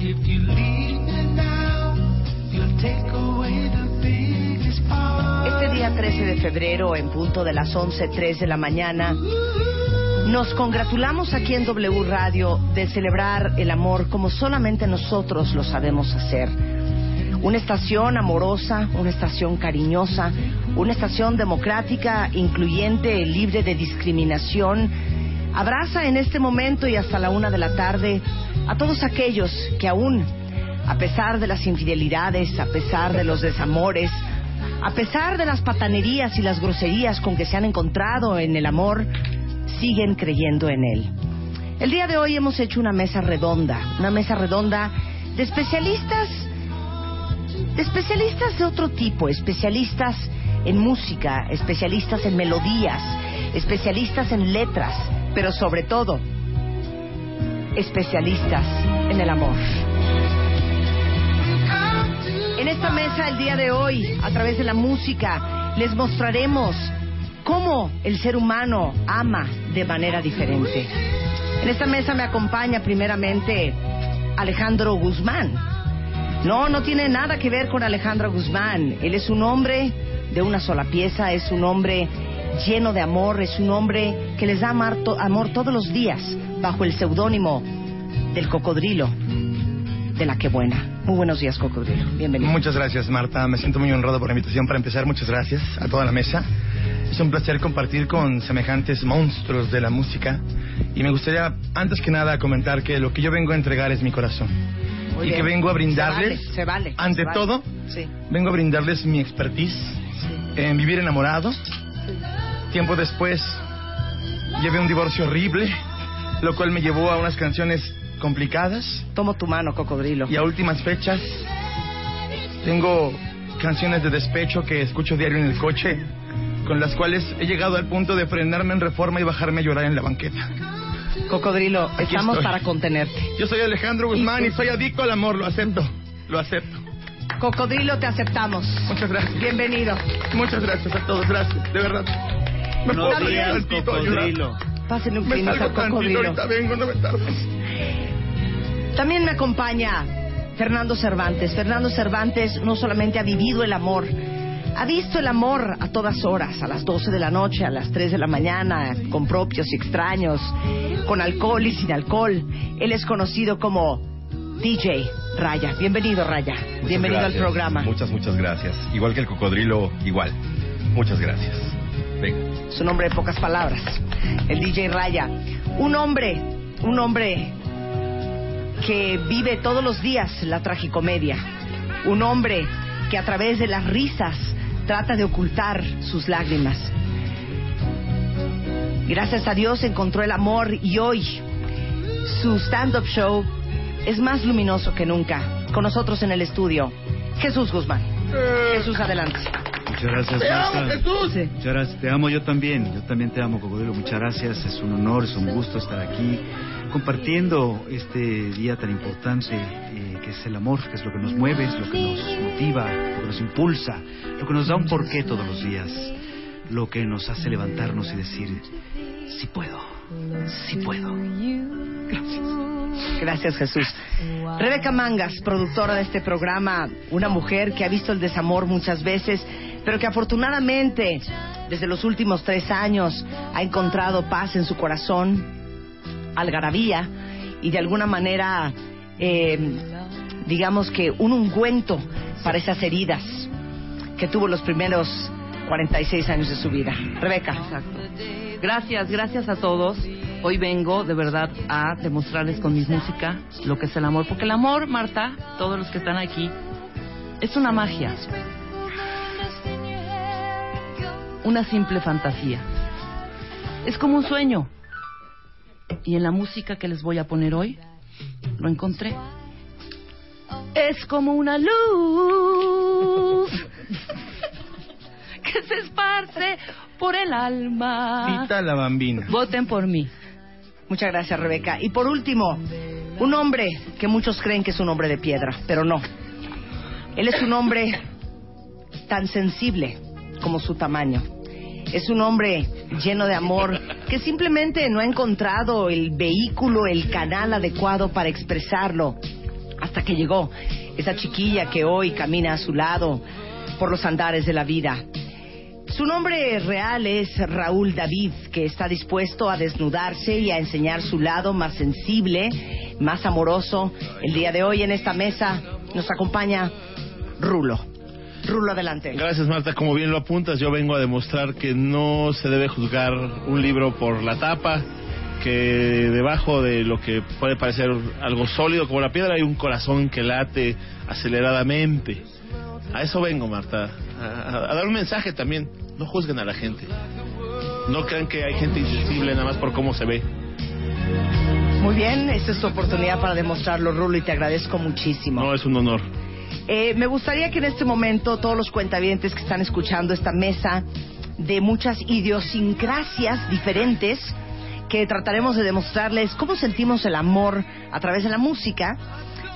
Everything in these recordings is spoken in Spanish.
If you leave me now, you'll take away the biggest part. Este día 13 de febrero, en punto de las 11.03 de la mañana, nos congratulamos aquí en W Radio de celebrar el amor como solamente nosotros lo sabemos hacer. Una estación amorosa, una estación cariñosa, una estación democrática, incluyente, libre de discriminación. Abraza en este momento y hasta la una de la tarde a todos aquellos que aún, a pesar de las infidelidades, a pesar de los desamores, a pesar de las patanerías y las groserías con que se han encontrado en el amor, siguen creyendo en él. El día de hoy hemos hecho una mesa redonda, una mesa redonda de especialistas, de especialistas de otro tipo, especialistas en música, especialistas en melodías, especialistas en letras, pero sobre todo, especialistas en el amor. En esta mesa el día de hoy, a través de la música, les mostraremos cómo el ser humano ama de manera diferente. En esta mesa me acompaña primeramente Alejandro Guzmán. No, no tiene nada que ver con Alejandro Guzmán. Él es un hombre de una sola pieza, es un hombre lleno de amor, es un hombre que les da amar to- amor todos los días bajo el seudónimo del cocodrilo de la que buena. Muy buenos días, cocodrilo. Bienvenido. Muchas gracias, Marta. Me siento muy honrado por la invitación. Para empezar, muchas gracias a toda la mesa. Es un placer compartir con semejantes monstruos de la música. Y me gustaría, antes que nada, comentar que lo que yo vengo a entregar es mi corazón. Muy y bien. que vengo a Se brindarles, vale, se vale, ante se vale. todo, Sí. vengo a brindarles mi expertise en vivir enamorado. Tiempo después, llevé un divorcio horrible, lo cual me llevó a unas canciones complicadas. Tomo tu mano, cocodrilo. Y a últimas fechas tengo canciones de despecho que escucho diario en el coche, con las cuales he llegado al punto de frenarme en reforma y bajarme a llorar en la banqueta. Cocodrilo, Aquí estamos estoy. para contenerte. Yo soy Alejandro Guzmán y soy adicto al amor, lo acepto, lo acepto. Cocodrilo, te aceptamos. Muchas gracias. Bienvenido. Muchas gracias a todos, gracias, de verdad. Me No puedo digas salir tantito a llorar. cocodrilo. Pásenle un Me brindis salgo al tantito, cocodrilo. ahorita vengo, no me tardes. También me acompaña Fernando Cervantes. Fernando Cervantes no solamente ha vivido el amor, ha visto el amor a todas horas, a las 12 de la noche, a las 3 de la mañana, con propios y extraños, con alcohol y sin alcohol. Él es conocido como DJ Raya. Bienvenido, Raya. Muchas Bienvenido al gracias. programa. Muchas, muchas gracias. Igual que el cocodrilo, igual. Muchas gracias. Venga. Es un hombre de pocas palabras, el DJ Raya. Un hombre, un hombre que vive todos los días la tragicomedia. Un hombre que a través de las risas trata de ocultar sus lágrimas. Gracias a Dios encontró el amor y hoy su stand-up show es más luminoso que nunca. Con nosotros en el estudio, Jesús Guzmán. Jesús, adelante. Muchas gracias, ¡Te amo, Marta. Jesús! Sí. Muchas gracias. Te amo yo también. Yo también te amo, Cocodrilo. Muchas gracias. Es un honor, es un gusto estar aquí compartiendo este día tan importante eh, que es el amor, que es lo que nos mueve, es lo que nos motiva, lo que nos impulsa, lo que nos da un porqué todos los días, lo que nos hace levantarnos y decir, sí puedo, sí puedo. Gracias, Jesús. Rebeca Mangas, productora de este programa, una mujer que ha visto el desamor muchas veces, pero que afortunadamente, desde los últimos tres años, ha encontrado paz en su corazón, algarabía, y de alguna manera, eh, digamos que un ungüento para esas heridas que tuvo los primeros 46 años de su vida. Rebeca. Exacto. Gracias, gracias a todos. Hoy vengo de verdad a demostrarles con mi música lo que es el amor. Porque el amor, Marta, todos los que están aquí, es una magia. una simple fantasía. Es como un sueño. Y en la música que les voy a poner hoy, lo encontré. Es como una luz que se esparce por el alma. Tita la bambina. Voten por mí. Muchas gracias, Rebeca. Y por último, un hombre que muchos creen que es un hombre de piedra, pero no. Él es un hombre tan sensible como su tamaño. Es un hombre lleno de amor que simplemente no ha encontrado el vehículo, el canal adecuado para expresarlo hasta que llegó esa chiquilla que hoy camina a su lado por los andares de la vida. Su nombre real es Raúl David, que está dispuesto a desnudarse y a enseñar su lado más sensible, más amoroso. El día de hoy en esta mesa nos acompaña Rulo. Rulo, adelante. Gracias Marta, como bien lo apuntas, yo vengo a demostrar que no se debe juzgar un libro por la tapa, que debajo de lo que puede parecer algo sólido como la piedra hay un corazón que late aceleradamente. A eso vengo Marta, a, a- a dar un mensaje también, no juzguen a la gente, no crean que hay gente insensible nada más por cómo se ve. Muy bien, esta es tu oportunidad para demostrarlo, Rulo, y te agradezco muchísimo. No, es un honor. Eh, me gustaría que en este momento todos los cuentavientes que están escuchando esta mesa de muchas idiosincrasias diferentes que trataremos de demostrarles cómo sentimos el amor a través de la música,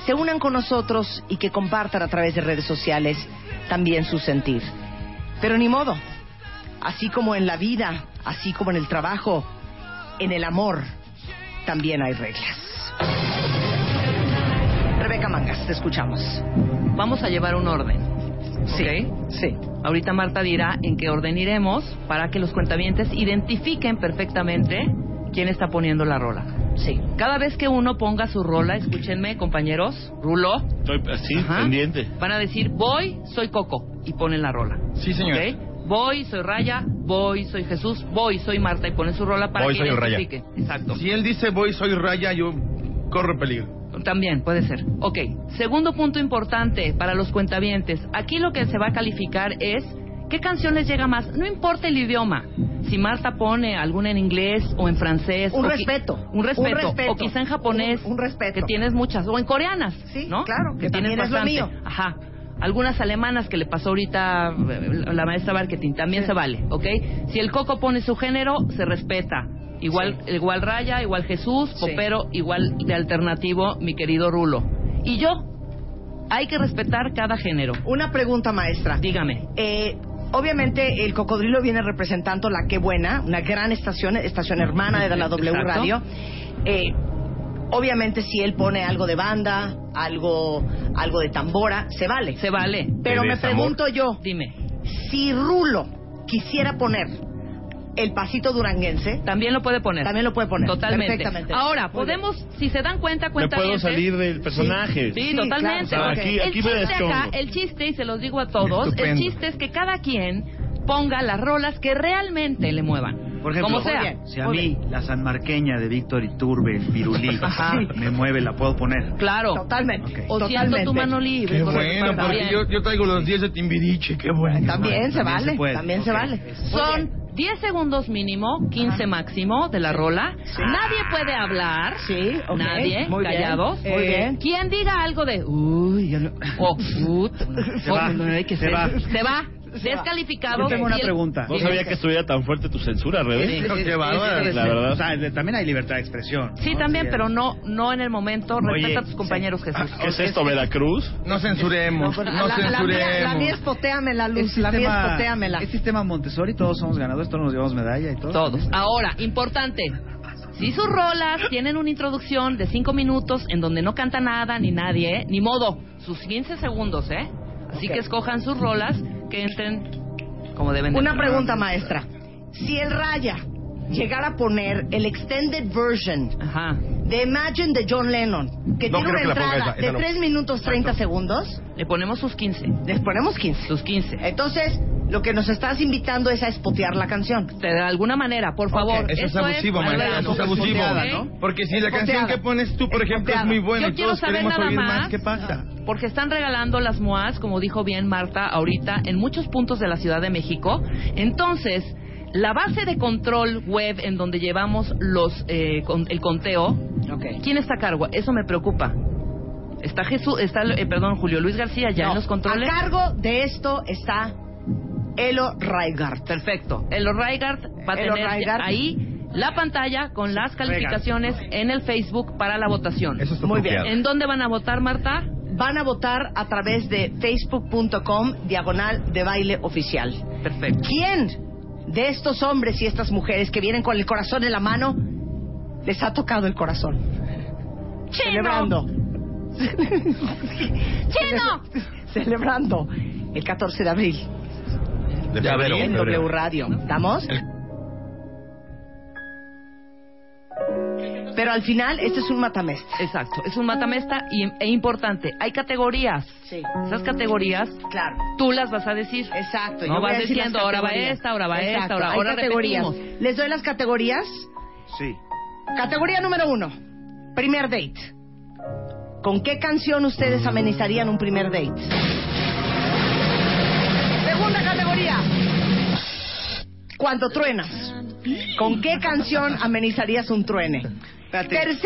se unan con nosotros y que compartan a través de redes sociales también su sentir. Pero ni modo, así como en la vida, así como en el trabajo, en el amor también hay reglas. Rebeca Mangas, te escuchamos. Vamos a llevar un orden. Sí, ¿ok? sí. Ahorita Marta dirá en qué orden iremos para que los cuentavientes identifiquen perfectamente quién está poniendo la rola. Sí. Cada vez que uno ponga su rola, escúchenme, compañeros, rulo, Estoy así, Ajá. pendiente. van a decir, voy, soy Coco, y ponen la rola. Sí, señor. ¿ok? Voy, soy Raya, voy, soy Jesús, voy, soy Marta, y ponen su rola para Voy, que soy el Raya. identifiquen. Exacto. Si él dice voy, soy raya, yo corro peligro. También puede ser. Ok. Segundo punto importante para los cuentavientes. Aquí lo que se va a calificar es qué canción les llega más. No importa el idioma. Si Marta pone alguna en inglés o en francés. Un o qui- respeto. Un respeto. Un respeto. O quizá en japonés. Un- un respeto. Que tienes muchas. O en coreanas. Sí, ¿no? claro, que tienes también es lo bastante. mío. Ajá. Algunas alemanas que le pasó ahorita eh, la maestra Barquetín. También se vale, ¿ok? Si el coco pone su género, se respeta. Igual, igual Raya, igual Jesús, Sí. popero, igual de alternativo, mi querido Rulo. Y yo, hay que respetar cada género. Una pregunta, maestra. Dígame. Eh, obviamente, el cocodrilo viene representando la Qué Buena, una gran estación, estación hermana de la W Exacto. Radio. Eh, obviamente, si él pone algo de banda, algo, algo de tambora, se vale. Se vale. Pero De me desamor. pregunto yo, Dime. si Rulo quisiera poner el pasito duranguense, También lo puede poner. También lo puede poner. Totalmente. Perfectamente. Ahora, Muy bien. podemos, si se dan cuenta, Me cuenta puedo salir del personaje. Sí, Sí, totalmente. claro. O sea, aquí- el aquí me chiste deschongo. acá, el chiste, y se los digo a todos, el Estupendo. chiste es que cada quien ponga las rolas que realmente le muevan. Por ejemplo, como sea. si a mí la sanmarqueña de Víctor Iturbe, el pirulí, Ajá. me mueve, la puedo poner. Claro. totalmente. Ok. O siento tu totalmente. mano libre. Qué correcto, bueno, está bien. porque yo, yo traigo los 10 de Timbiriche, qué bueno. También se También vale, se puede. también se Ok. vale. Muy bien. Son 10 segundos mínimo, 15 máximo de la rola. Nadie puede hablar. Sí, ok. Nadie, Muy bien, callados. muy bien. Quien diga algo de uy, ya no- o put, Se o- va, no hay que se ser- va. se va, Se va. descalificado. Yo tengo una Y el- pregunta. No sabía que estuviera tan fuerte tu censura, Rebe. Hijo, qué bárbara. La O verdad. sea, de- también hay libertad de expresión. Sí, ¿no? también, Sí, pero no no en el momento. Respeta Oye, a tus compañeros, Jesús. ¿Qué es esto, Veracruz? No censuremos, no, La, la- la mía, censuremos. la mía espoteamela, es Luz. la mía espoteamela. es sistema Montessori, todos somos ganadores, todos nos llevamos medalla y todo. Todos. Ahora, importante. Si sus rolas tienen una introducción de cinco minutos en donde no canta nada ni nadie, ni modo, sus 15 segundos, ¿eh? Así Ok. que escojan sus rolas que entren como deben de Una entrar. pregunta, maestra. Si el Raya llegara a poner el extended version Ajá. de Imagine de John Lennon, que No creo tiene una que la ponga entrada esa, esa de no. 3 minutos 30 segundos, Le ponemos sus 15. les ponemos 15. Sus 15. Entonces, Lo que nos estás invitando es a espotear la canción. De alguna manera, por favor. Eso es Esto abusivo, al Mayra, grano. eso es abusivo. ¿Ok? Porque si la Espoteada. canción que pones tú, por ejemplo, es Espoteada. muy buena Yo y quiero todos saber queremos nada oír más, más. ¿qué pasa? porque están regalando las MOAS, como dijo bien Marta ahorita, en muchos puntos de la Ciudad de México. Entonces, la base de control web en donde llevamos los, eh, con- el conteo, Ok. ¿quién está a cargo? Eso me preocupa. Está Jesús, está, eh, perdón, Julio Luis García ya No, en los controles. A cargo de esto está Elo Raigart. Perfecto. El Raigard va a Elo tener Raigart. ahí la pantalla con las calificaciones en el Facebook para la votación. Eso está Muy bien. truqueado. ¿En dónde van a votar, Marta? Van a votar a través de facebook.com diagonal de baile oficial. Perfecto. ¿Quién de estos hombres y estas mujeres que vienen con el corazón en la mano les ha tocado el corazón? Celebrando. ¡Chino! Celebrando el 14 de abril De Ya febrero, veremos. en febrero. W Radio. ¿Estamos? Pero al final, este es un matamés. Exacto, es un matamesta y, e importante. Hay categorías. Sí. Esas categorías Claro. tú las vas a decir. Exacto. No yo voy vas a decir las diciendo, ahora va categorías. esta, ahora va Exacto, esta, ahora- hay ahora categorías. repetimos. ¿Les doy las categorías? Sí. Categoría número uno. Primer date. ¿Con qué canción ustedes amenizarían un primer date? Segunda categoría. Cuando truenas. ¿Con qué canción amenizarías un truene? Tercer.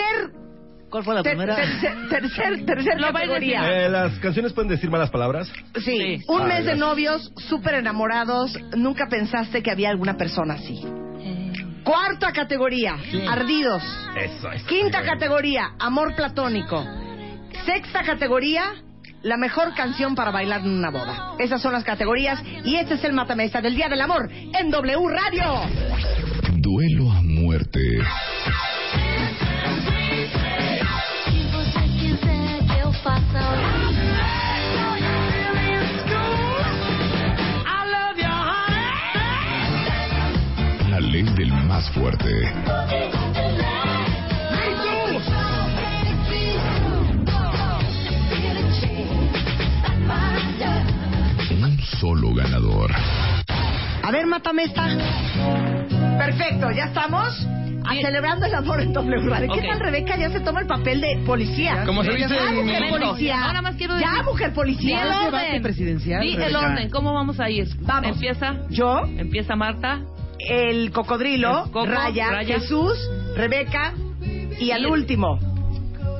¿Cuál fue ter- tercer, tercer, tercer Lo bailes categoría. Eh, ¿Las canciones pueden decir malas palabras? Sí, Sí. un Ah, mes de gracias. novios, súper enamorados, nunca pensaste que había alguna persona así. Cuarta categoría, ardidos. Eso es. Quinta categoría, amor platónico. Sexta categoría, la mejor canción para bailar en una boda. Esas son las categorías y este es el matamesa del Día del Amor en W Radio. Duelo a muerte. Que você quiser que eu faça La ley del más fuerte. Un solo ganador. A ver, matamesta. Perfecto, ya estamos. A Bien. celebrando el amor en W Radio. ¿Qué Ok. tal, Rebeca? Ya se toma el papel de policía. Como se Ya, dice en mujer mi- policía. Ahora más quiero Ya, decir- mujer Di policía. el orden. presidencial, Di el Rebeca. orden. ¿Cómo vamos a ir? Vamos. Empieza. Yo, Eh, Empieza Marta. el cocodrilo, El coco, Raya, Raya. Jesús, Rebeca y al Y- último.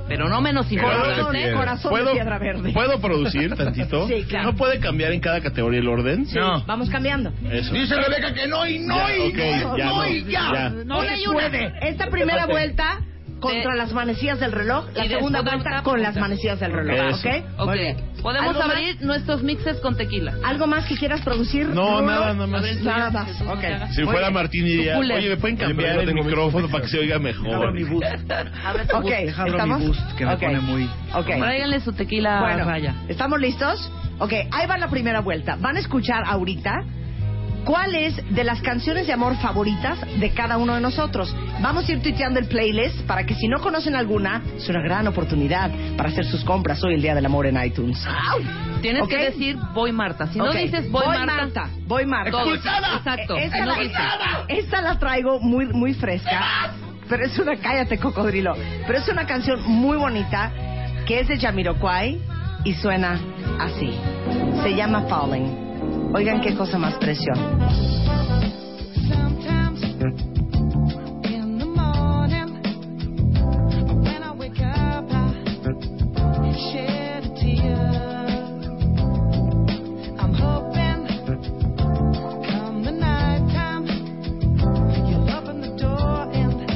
Pero no menos Corazón, importante. eh, corazón de piedra verde. ¿Puedo producir tantito? Sí, claro. ¿No puede cambiar en cada categoría el orden? No. Vamos cambiando. Eso. Dice Rebeca que no y no Ya, y ok, no, ya, no no. y ya. Ya. No Una y se una. puede. Esta primera Ok. vuelta contra De- las manecillas del reloj, la y de- segunda otra- vuelta otra con pregunta. las manecillas del reloj, Eso. ¿ok? Ok. Muy bien. Podemos ¿Algo más? abrir nuestros mixes con tequila. ¿Algo más que quieras producir? No, Rulo? nada, nada más. Nada más. Ok. Si Muy fuera bien. Martín diría, Cooler. oye, ¿me pueden Oye, cambiar pero yo el tengo mi- micrófono para que se oiga Abro mejor? mi bus. Abre tu Ok, bus. Abro ¿estamos? mi boost, que me Ok. pone muy... Ok. Tráiganle su tequila Bueno, Raya. ¿estamos listos? Ok, ahí va la primera vuelta. Van a escuchar ahorita cuál es de las canciones de amor favoritas de cada uno de nosotros. Vamos a ir tuiteando el playlist para que si no conocen alguna, es una gran oportunidad para hacer sus compras hoy el Día del Amor en iTunes. Tienes Ok. que decir voy Marta. Si Ok, no dices voy, E-, Marta, voy Marta. Todos. ¡Expulsada! Exacto, Eh, Esta, no la, dices. esta la traigo muy, muy fresca. Pero es una, cállate cocodrilo. Pero es una canción muy bonita que es de Jamiroquai y suena así. Se llama Falling. Oigan qué cosa más preciosa. Sometimes in the morning, when I wake up, I shed a tear. I'm hoping come the night time, you'll open the door and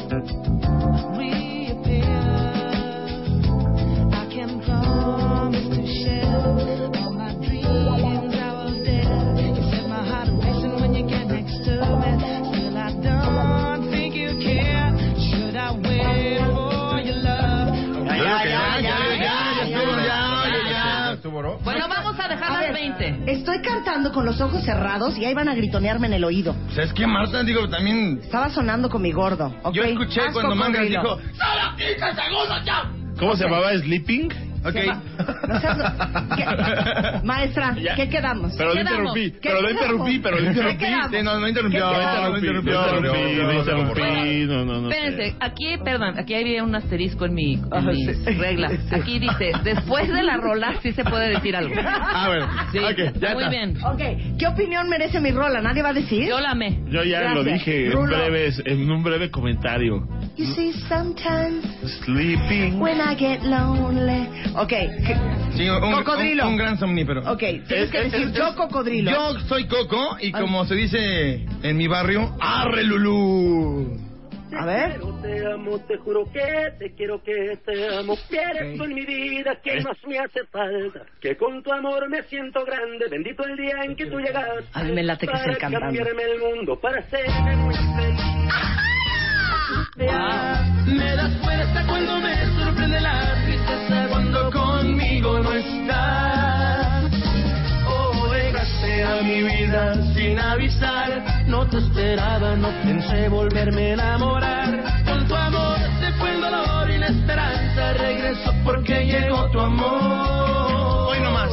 reappear. I can promise to share all my dreams. I was there. You set my heart racing when you get next to me. Still, I don't think you care. Should I wait for your love? Ya, ya, ya, ya, ya, ya estuvo, ya, oye, ya. estuvo, ¿no? Bueno, vamos a dejar A las ver, 20. Estoy cantando con los ojos cerrados y ahí van a gritonearme en el oído. ¿Sabes qué, Pues Marta? Digo, también... Estaba sonando con mi gordo. ¿ok? Yo escuché Vas, cuando Mangas cocodrilo. dijo... ¿Cómo se llamaba? ¿Sleeping? Ok. Maestra, ¿qué quedamos? Pero lo ¿Qué quedamos? interrumpí, ¿Qué pero lo quedamos? interrumpí, pero lo ¿Qué interrumpí. quedamos? Sí, no, no interrumpió, ¿Qué no quedamos? No interrumpí, no interrumpí, no interrumpí, no, no, no. Espérense, aquí, perdón, aquí había un asterisco en mi, Ah, en mi sí. regla. Aquí dice, después de la rola sí se puede decir algo. Ah, bueno. Sí, Ok, ya muy está. bien. Ok, ¿qué opinión merece mi rola? ¿Nadie va a decir? Yo la amé. Yo ya lo Gracias. dije en, Rulo. breves, en un breve comentario. You see sometimes Sleeping. when I get lonely. Ok, que- Sí, un, un- Cocodrilo. un gran somnífero. ok, tienes Es- que es- decir es- yo cocodrilo. Yo soy Coco y como se dice en mi barrio, ¡arre Lulú! A ver. ¿Eh? Te amo, te juro que te quiero, que te amo. Eres tú en mi vida, que más me hace falta. Que con tu amor me siento grande. Bendito el día en que tú llegaste. Ay, me late que para estoy cantando. cambiarme el mundo, para hacerme muy feliz. Ah. Me das fuerza cuando me sorprende la tristeza cuando conmigo no estás. Oh, llegaste a mi vida sin avisar. No te esperaba, no pensé volverme a enamorar. Con tu amor se fue el dolor y la esperanza. Regreso porque llegó tu amor. Hoy no más.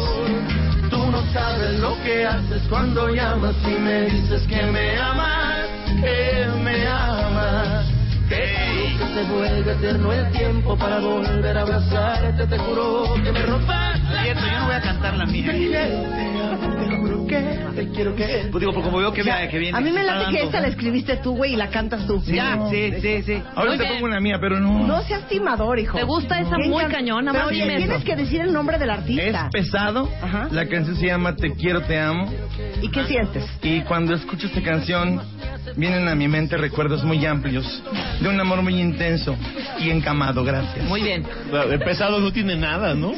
Tú no sabes lo que haces cuando llamas y me dices que me amas, que me amas. Que se vuelve eterno el tiempo para volver a abrazarte, te juro que me rompas. Cierto, yo no voy a cantar la mía. Te juro que te quiero que. Pues digo, porque como veo que, me- que viene. A mí me está late que dando. esta la escribiste tú, güey, y la cantas tú. Sí, Ya. sí, sí, sí. Ahora Muy te bien. pongo una mía, pero no. No seas timador, hijo. ¿Te gusta esa Bien muy can- cañona? Pero Más oye, dime eso. tienes que decir el nombre del Es artista. pesado. Ajá. La canción se llama Te quiero, te amo. ¿Y qué sientes? Y cuando escucho esta canción, vienen a mi mente recuerdos muy amplios de un amor muy intenso y encamado. Gracias. Muy bien. De pesado no tiene nada, ¿no?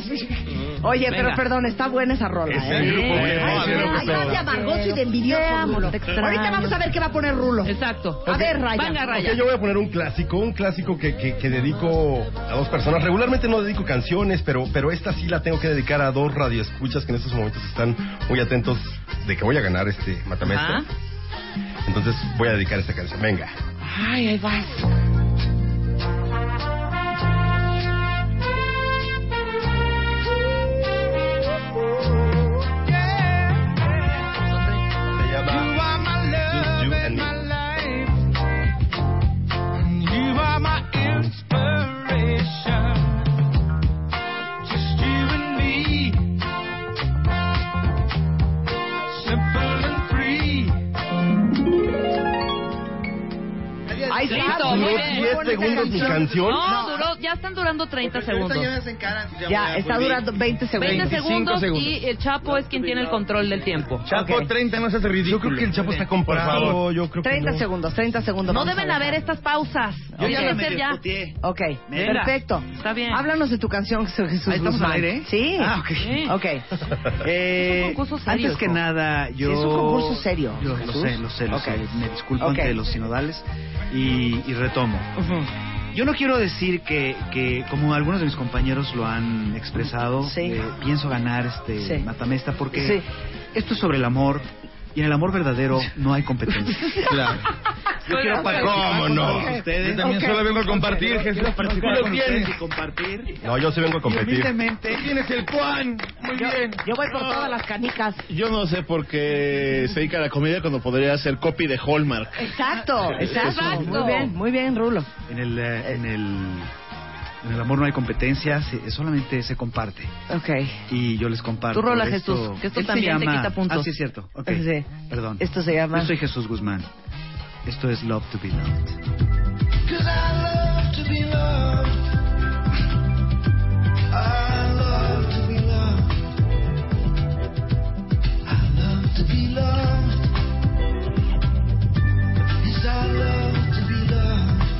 Oye, Venga. pero perdón, está buena esa rola, Es ¿eh? el grupo Ay, que- ay, es el grupo ay, que- vas de amargoso y de envidioso, Rulo. Ahorita vamos a ver qué va a poner Rulo. Exacto. A ver, Raya. Venga, Raya. Ok, yo voy a poner un clásico, un clásico que, que- que dedico a dos personas. Regularmente no dedico canciones, pero, pero esta sí la tengo que dedicar a dos radioescuchas que en estos momentos están muy atentos de que voy a ganar este matamestre. ¿Ah? Ajá. Entonces voy a dedicar esta canción. Venga. Ay, ahí vas. Se llama Just You and Me. Ahí está. Listo, muy muy bien. bien. Muy 10 bonita segundos mi canción. canción. No, duró, ya están durando 30 segundos. Ya, está durando 20 segundos. 20 segundos, segundos. y el Chapo es quien tiene el control del tiempo. Chapo, 30 no seas ridículo. Yo creo que el Chapo está Por comprado. favor. Yo creo que 30 no. segundos, 30 segundos. No vamos deben a haber dejar. estas pausas. Yo Tiene ya que me ser ya. despoteé. Ok, Venga. perfecto. Está bien. Háblanos de tu canción, Jesús Ahí estamos Guzmán. al aire. Sí. Ah, ok. Sí. Ok. Eh, Es un concurso serio, antes que hijo. nada, yo. Sí, es un concurso serio, Yo lo Jesús. sé, lo sé, lo Ok. sé. Me disculpo Ok. ante los sinodales y, y retomo. Yo no quiero decir que, que, como algunos de mis compañeros lo han expresado, Sí. eh, pienso ganar este Sí. matamesta porque Sí. esto es sobre el amor y en el amor verdadero no hay competencia. Claro. Yo quiero participar ¿Cómo con no? todos ustedes. Yo también Ok. solo vengo a compartir, Jesús. Quiero participar Tú con lo ustedes tienes. y compartir. No, yo sí vengo a Y competir. humildemente, Tienes el Juan. Muy Yo, bien. yo voy por todas las canicas. Yo no sé por qué se dedica a la comida cuando podría hacer copy de Hallmark. Exacto, exacto. Exacto. Muy bien, muy bien, Rulo. En el, eh, en el, en el amor no hay competencia, se- solamente se comparte. Ok. Y yo les comparto. Tú rola, Jesús, que esto Él se también te llama- quita puntos. Ah, sí, es cierto. Ok, Sí. Perdón. Este Esto se llama... Yo soy Jesús Guzmán. Esto es Love to Be Loved. Cause I love to be loved. I love to be loved. I love to be loved. Yes, I love to be loved.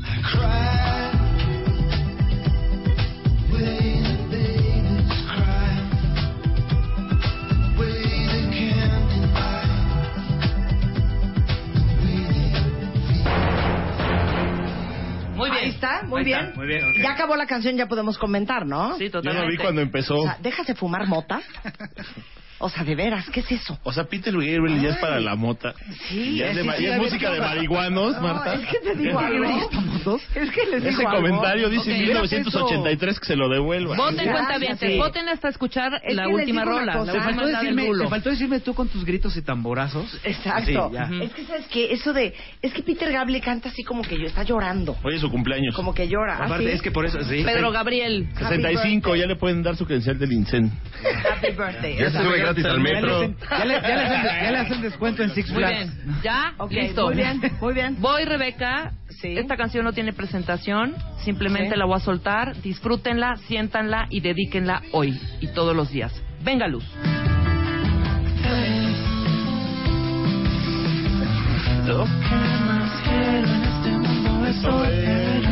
I cry way the babies cry, way they can't deny. Muy bien. Ahí está, muy Ahí bien. está. Muy bien, ok. Ya acabó la canción, ya podemos comentar, ¿no? Sí, Yo lo totalmente. vi cuando empezó. O sea, déjase fumar mota. O sea, de veras, ¿qué es eso? O sea, Peter Gabriel ya es para la mota. Sí, Ya es, de ma- ya es música de marihuanos, No, Marta. Es que te digo algo. Es que les digo Ese algo. comentario dice Ok, 1983 que se lo devuelva. Voten cuenta bien, sí. voten hasta escuchar Es la que les última digo una rola. cosa, La Te última faltó, rola del decirme, bulo. te faltó decirme tú con tus gritos y tamborazos. Exacto. Sí, ya. Es que sabes que eso de es que Peter Gable canta así como que yo está llorando, Hoy es su cumpleaños. como que llora. ¿ah, Aparte, sí? es que por eso, sí. Pedro Gabriel. 65, ya le pueden dar su credencial del INSEN. Happy birthday. Ya se sube gratis al metro. Ya le, ya le hacen, ya le hacen descuento en Six Muy Flags. bien. Ya, Ok, listo. muy bien, muy bien. Voy, Rebeca. Esta canción no tiene presentación, simplemente Sí. la voy a soltar. Disfrútenla, siéntanla y dedíquenla hoy y todos los días. Venga, Luz. Lo que más quiero en este mundo es oler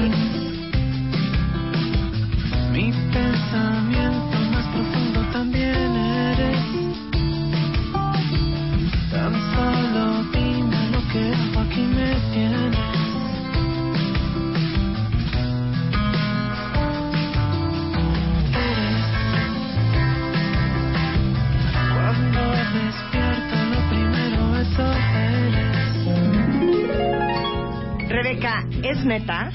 Mi pensamiento más profundo también eres Tan solo dime lo que hago aquí me tienes Eres Cuando despierto lo primero es oler Rebeca, es neta,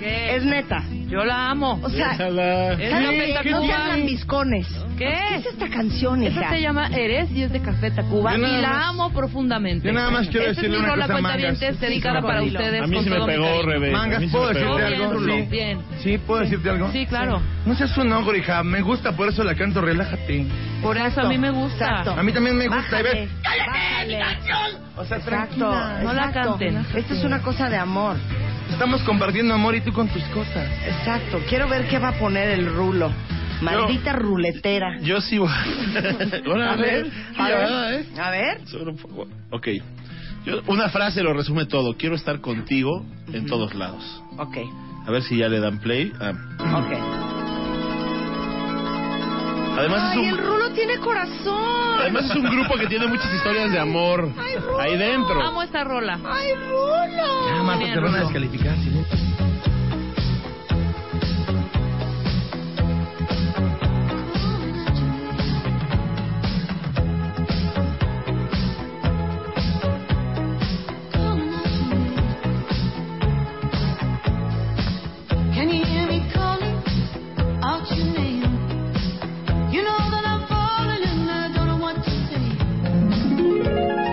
¿Qué? es neta. Yo la amo. O sea, Déjala. Es ¿sabes lo qué? espectacular. no te hagan miscones. ¿Qué? ¿Qué es esta canción, Esa hija? se llama Eres y es de Café Tacuba Yo y nada la más- amo profundamente. yo nada más quiero Esta decirle es mi una rola cosa, Mangas. cuentavientes Sí, dedicada sí, para Rulo. ustedes. A mí con sí me todo mi pegó, cariño. Rebe. A mí Mangas, sí ¿puedo me pegó. decirte Bien, algo? Rulo, Sí. bien. Sí, ¿puedo decirte algo? Sí, claro. No seas un ogro, hija. Me gusta, por eso la canto. Relájate. Por eso a mí me gusta. Exacto. A mí también me gusta. y Bájale, ves, bájale. O sea, Exacto. tranquila. No la exacto. canten. Esto es una cosa de amor. Estamos compartiendo amor y tú con tus cosas. Exacto. Quiero ver qué va a poner el rulo. Maldita ruletera. Yo sí voy. Ahora, A ver, a ya, ver, ¿eh? a ver. Solo un poco. Ok. Yo- una frase lo resume todo. Quiero estar contigo en todos lados. Ok, A ver si ya le dan play. Ah. ok. Además, es Ay, el un, rulo tiene corazón. además es un grupo que tiene muchas historias de amor ahí dentro. Amo esta rola. Ay, rulo. Ya, Marta, Bien, te van a Rulo. descalificar. si no. Can you hear me calling out your name? You know that I'm falling and I don't know what to say.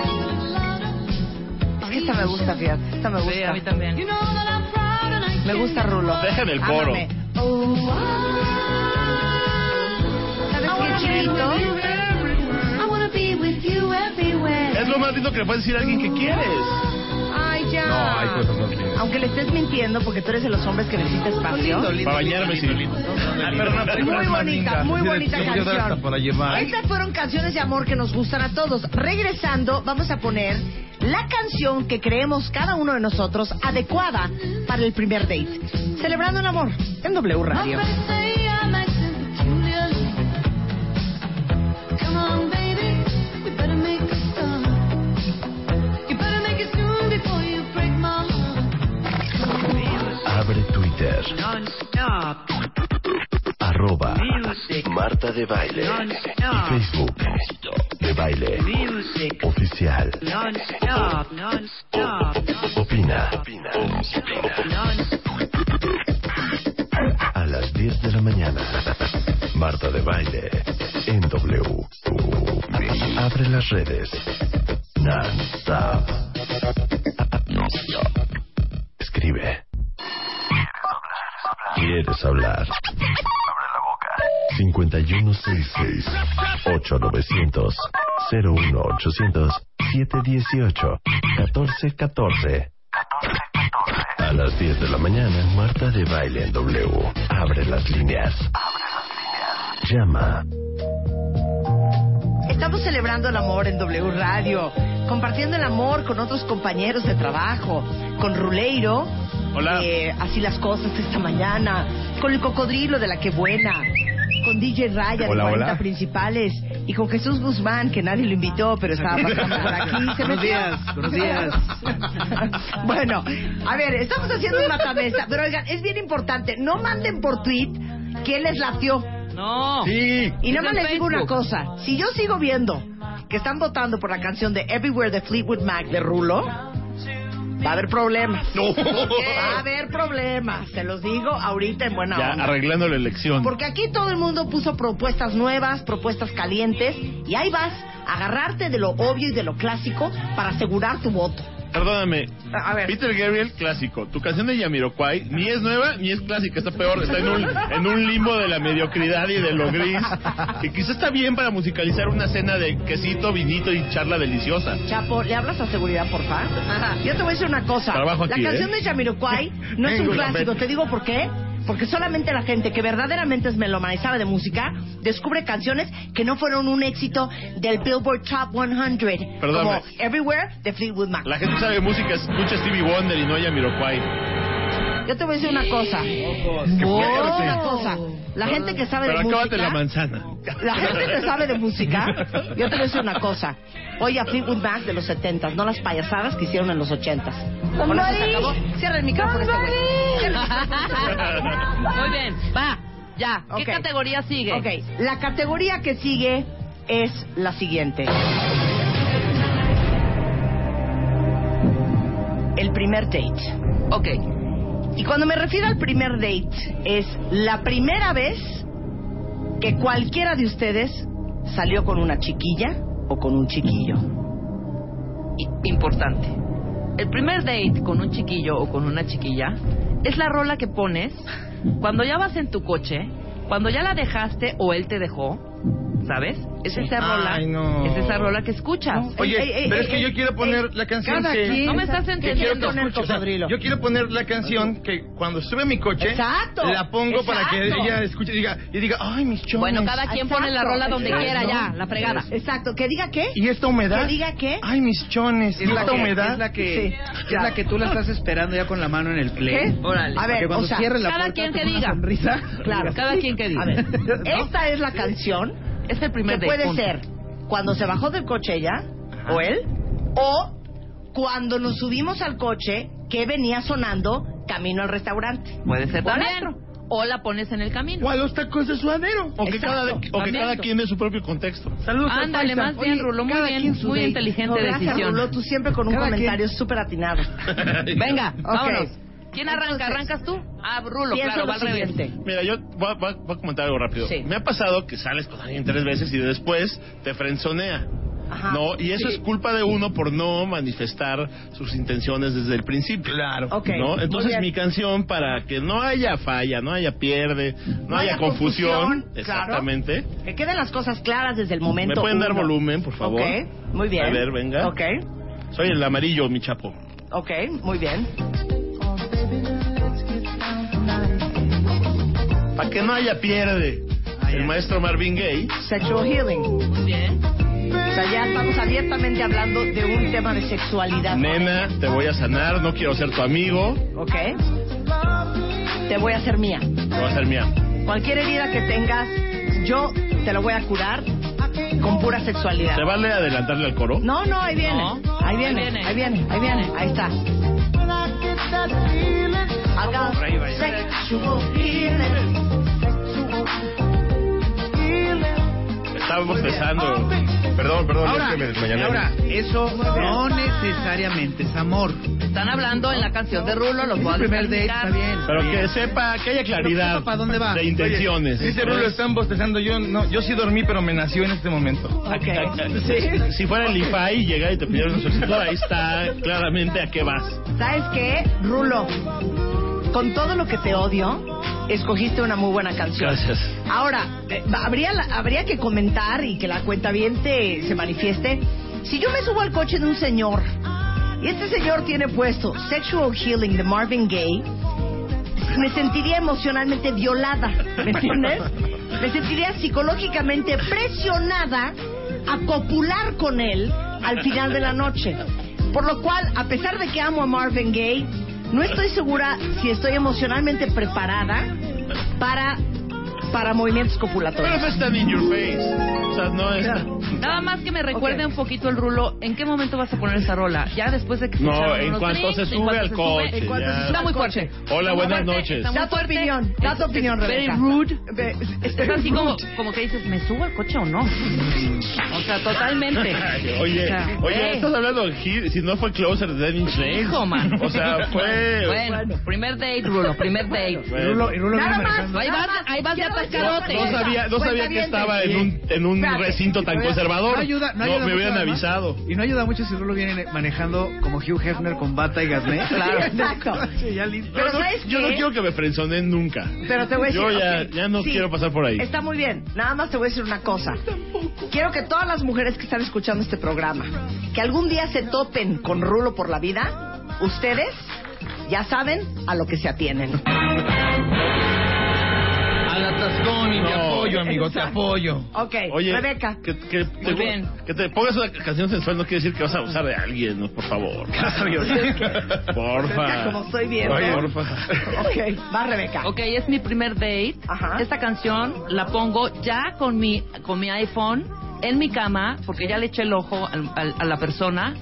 Es que esta me gusta, fíjate. Esta me gusta. Sí, a mí también. You know that I'm proud and I Me can't gusta Rulo. Dejen el coro. Ámame. Oh, I- ¿Sabes I qué wanna be chiquito? with you everywhere. I wanna be with you everywhere. Es lo más lindo que le puedes decir a alguien que quieres. Ay, ya. No, hay pues cosas más lindas. Aunque le estés mintiendo porque tú eres de los hombres que necesita espacio. Para bañarme, sí. Ah, Pero no, hay Muy cosas bonita, más lindas. muy Sí, de- bonita yo quiero dar canción. hasta Para llevar. Estas fueron canciones de amor que nos gustan a todos. Regresando, vamos a poner la canción que creemos cada uno de nosotros adecuada para el primer date. Celebrando el amor en W My Radio. friends say I'm acting peculiarly. Come on, baby, we better make a start. You better make it soon before you break my heart. Abre Twitter. Arroba Marta de Baile. Y Facebook de Baile Oficial. Opina. A las 10 de la mañana. Marta de Baile en W. Abre las redes. Non-stop. Escribe. ¿Quieres hablar? Abre la boca. 5166 8900 01800 718 1414 A las 10 de la mañana, Marta de Baile en W. Abre las líneas. Llama. Estamos celebrando el amor en W Radio, compartiendo el amor con otros compañeros de trabajo, con Ruleiro. Hola. eh, así las cosas esta mañana, con el cocodrilo de la que buena, con DJ Raya de Hola, 40 hola. principales y con Jesús Guzmán que nadie lo invitó pero estaba pasando por aquí. Se Buenos metió. días, buenos días. bueno, a ver, estamos haciendo un matamesta, pero oigan, es bien importante, no manden por tweet quién les latió. No. Sí. Y nada más les digo una cosa. Si yo sigo viendo que están votando por la canción de Everywhere de Fleetwood Mac de Rulo, va a haber problemas. No. Va a haber problemas. Se los digo ahorita en buena Ya onda. arreglando la elección. Porque aquí todo el mundo puso propuestas nuevas, propuestas calientes, y ahí vas a agarrarte de lo obvio y de lo clásico para asegurar tu voto. Perdóname. A ver. Peter Gabriel, clásico. Tu canción de Yamiroquai ni es nueva ni es clásica. Está peor. Está en un, en un limbo de la mediocridad y de lo gris. Que quizás está bien para musicalizar una cena de quesito, vinito y charla deliciosa. Chapo, ¿le hablas a seguridad, porfa? Yo te voy a decir una cosa. Trabajo aquí, la canción ¿eh? de Jamiroquai no es un Tengo la clásico. meta. Te digo por qué. Porque solamente la gente que verdaderamente es melómana y sabe de música descubre canciones que no fueron un éxito del Billboard Top 100. Perdóname. Como Everywhere de Fleetwood Mac. La gente sabe de música, escucha Stevie Wonder y no a Yamiroquai. Yo te voy a decir una cosa. qué Voy a decir fuerte. una cosa. La gente que sabe Pero de acábate música... la manzana. La gente que sabe de música, yo te voy a decir una cosa. Oye, a Fleetwood Mac de los 70 no las payasadas que hicieron en los 80s. Con eso se acabó. Cierra el micrófono. este güey. Cierra el Oh, micrófono. Muy bien, va, ya. ¿Qué Ok. categoría sigue? Ok, la categoría que sigue es la siguiente. El primer date. Ok. Y cuando me refiero al primer date, es la primera vez que cualquiera de ustedes salió con una chiquilla o con un chiquillo. I- Importante. El primer date con un chiquillo o con una chiquilla es la rola que pones cuando ya vas en tu coche, cuando ya la dejaste o él te dejó, ¿sabes? Es esa rola. Ay, no. Es esa rola que escuchas. Oye, pero es que yo quiero poner ey, la canción cada que... quien. No me estás que entendiendo. quiero que Poner escuche. O sea, cocodrilo. yo quiero poner la canción que cuando sube mi coche... Exacto, La pongo para que exacto. ella escuche y diga, y diga ay, mis chones. Bueno, cada quien pone la rola donde Exacto. quiera ya, la fregada. Exacto, que diga qué. ¿Y esta humedad? Que diga qué. Ay, mis chones. ¿Y Es la, esta que, humedad? es la que, Sí, es ya. la que tú la estás esperando ya con la mano en el play. ¿Qué? Órale. A Para ver, que cuando o sea, cierre la cada puerta quien que con una diga. sonrisa, Claro. Cada quien que diga. A ver, esta es la canción Es que el primer date. puede punto. ser cuando se bajó del coche ella o él, o cuando nos subimos al coche que venía sonando camino al restaurante. Puede ser Por también. dentro. O la pones en el camino. O a los tacos de suadero. O que, Exacto. cada, o que También. cada quien de su propio contexto. Saludos al Ándale, paisa. más bien, Oye, Rulo. Muy cada bien, quien su muy date. No, inteligente gracias, decisión. Rulo, tú siempre con un Cada comentario súper atinado. Venga, Ok. vámonos. ¿Quién arranca? Entonces, ¿Arrancas tú? Ah, Rulo, Pienso claro, lo va al revés. siguiente. Mira, yo voy a, voy a- voy a comentar algo rápido. Sí. Me ha pasado que sales con alguien tres veces y después te frenzonea. Ajá. No, y eso Sí. es culpa de uno por no manifestar sus intenciones desde el principio. Claro. Ok, muy ¿no? Entonces bien. mi canción para que no haya falla, no haya pierde, no, haya, confusión, claro. exactamente. Que queden las cosas claras desde el Me momento. pueden dar uno. volumen, por favor. Ok, muy bien. A ver, venga. Ok, Soy el amarillo, mi chapo. ok, muy bien. Para que no haya pierde. Ah, el maestro Marvin Gaye. Sexual healing. Muy bien. O sea, ya estamos abiertamente hablando de un tema de sexualidad. Nena, te voy a sanar, no quiero ser tu amigo, Ok. Te voy a hacer mía. te voy a ser mía. Cualquier herida que tengas, yo te la voy a curar con pura sexualidad. ¿Te vale adelantarle al coro? No, no, ahí viene. No. Ahí viene. Ahí viene. Ahí viene. Ahí viene. Ahí está. Acá. Sexual healing. Estábamos Ah, besando. Perdón, perdón, es este, Ahora, que me desmañané. ahora, eso no necesariamente es amor. Están hablando en la canción de Rulo, los Es voy a el primer date, descalificar. está bien. Pero que sepa, que haya Pero claridad sepa para dónde va. de intenciones. Dice Rulo, están bostezando. Yo no, yo sí dormí, pero me nació en este momento. Ok. Si- Si fuera el IFAI y llegara y te pidiera una solicitud, ahí está claramente a qué vas. ¿Sabes qué, Rulo? Con todo lo que te odio, escogiste una muy buena canción. Gracias. Ahora, eh, habría, la- habría que comentar y que la cuenta bien se manifieste. Si yo me subo al coche de un señor y este señor tiene puesto Sexual Healing de Marvin Gaye, me sentiría emocionalmente violada, ¿me entiendes? Me sentiría psicológicamente presionada a copular con él al final de la noche. Por lo cual, a pesar de que amo a Marvin Gaye, no estoy segura si estoy emocionalmente preparada para para movimientos copulatorios. pues, Pero no están in your face. O sea, no es. Nada más que me recuerde un poquito el rulo. ¿En qué momento vas a poner esa rola? Ya después de que No, escucharon en unos cuanto drinks, se en sube cuanto al se coche, en cuanto ya. se sube Está muy fuerte. Hola, Está muy buenas fuerte, noches. está muy Da tu fuerte. opinión, da tu Es- opinión, es very Rebeca. rude. Ve- es- Es así rude. como, como que dices, ¿me subo al coche o no? O sea, totalmente. Oye, O sea, oye, eh. estás hablando de Hit, si no fue Closer de Dead Inch Nails. Hijo, man. O sea, fue. Bueno, primer date, Rulo, primer date. Bueno. Rulo- y Rulo Nada viene más, manejando. Ahí Nada vas, ahí vas de atascadote. No sabía, no sabía que estaba en un, en un Espérate. recinto tan Oiga, conservador. No, ayuda, no, ayuda me mucho, hubieran además. avisado. Y no ayuda mucho si Rulo viene manejando como Hugh Hefner con bata y gasné. Claro. Exacto. Sí, ya listo. Pero Pero no- ¿sabes yo no qué? quiero que me frenzonen nunca. Pero te voy a decir. Yo ya, ok, ya no sí, quiero pasar por ahí. Está muy bien. Nada más te voy a decir una cosa. Quiero que todas las mujeres que están escuchando este programa, que algún día se topen con Rulo por la vida, ustedes ya saben a lo que se atienen. Al atascón y te No. apoyo, amigo, te apoyo. Ok, Oye, Rebeca. Que, que, te, Muy bien. que te pongas una canción sensual no quiere decir que vas a abusar de alguien, ¿no? por favor. Rebeca, Porfa. como soy bien. Oye, ¿no? porfa. Ok, va Rebeca. Ok, es mi primer date. Esta canción la pongo ya con mi, con mi iPhone en mi cama, porque ya le eché el ojo al- al- a la persona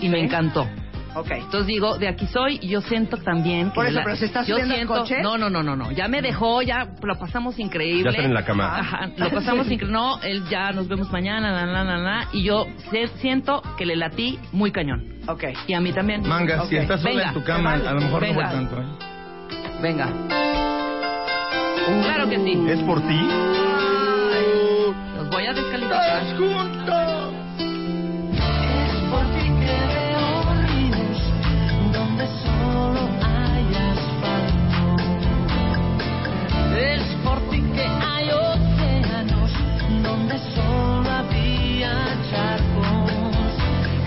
y me encantó. Entonces digo, de aquí soy y yo siento también que Por eso, la- pero ¿se está yo subiendo al siento- coche? No, no, no, no, no. Ya me dejó, ya lo pasamos increíble. Ya están en la cama. Ajá, lo pasamos increíble. No, él ya nos vemos mañana, la, la, la, la. Y yo se- siento que le latí muy cañón. Ok. Y a mí también. Manga, si Ok. estás sola Venga, en tu cama, vale. a lo mejor no Venga, fue tanto. ¿eh? Venga. Claro que sí. ¿Es por ti? Los voy a descalificar. Por ti que veo ríos donde solo hay asfalto. Es por ti que hay océanos donde solo había charcos.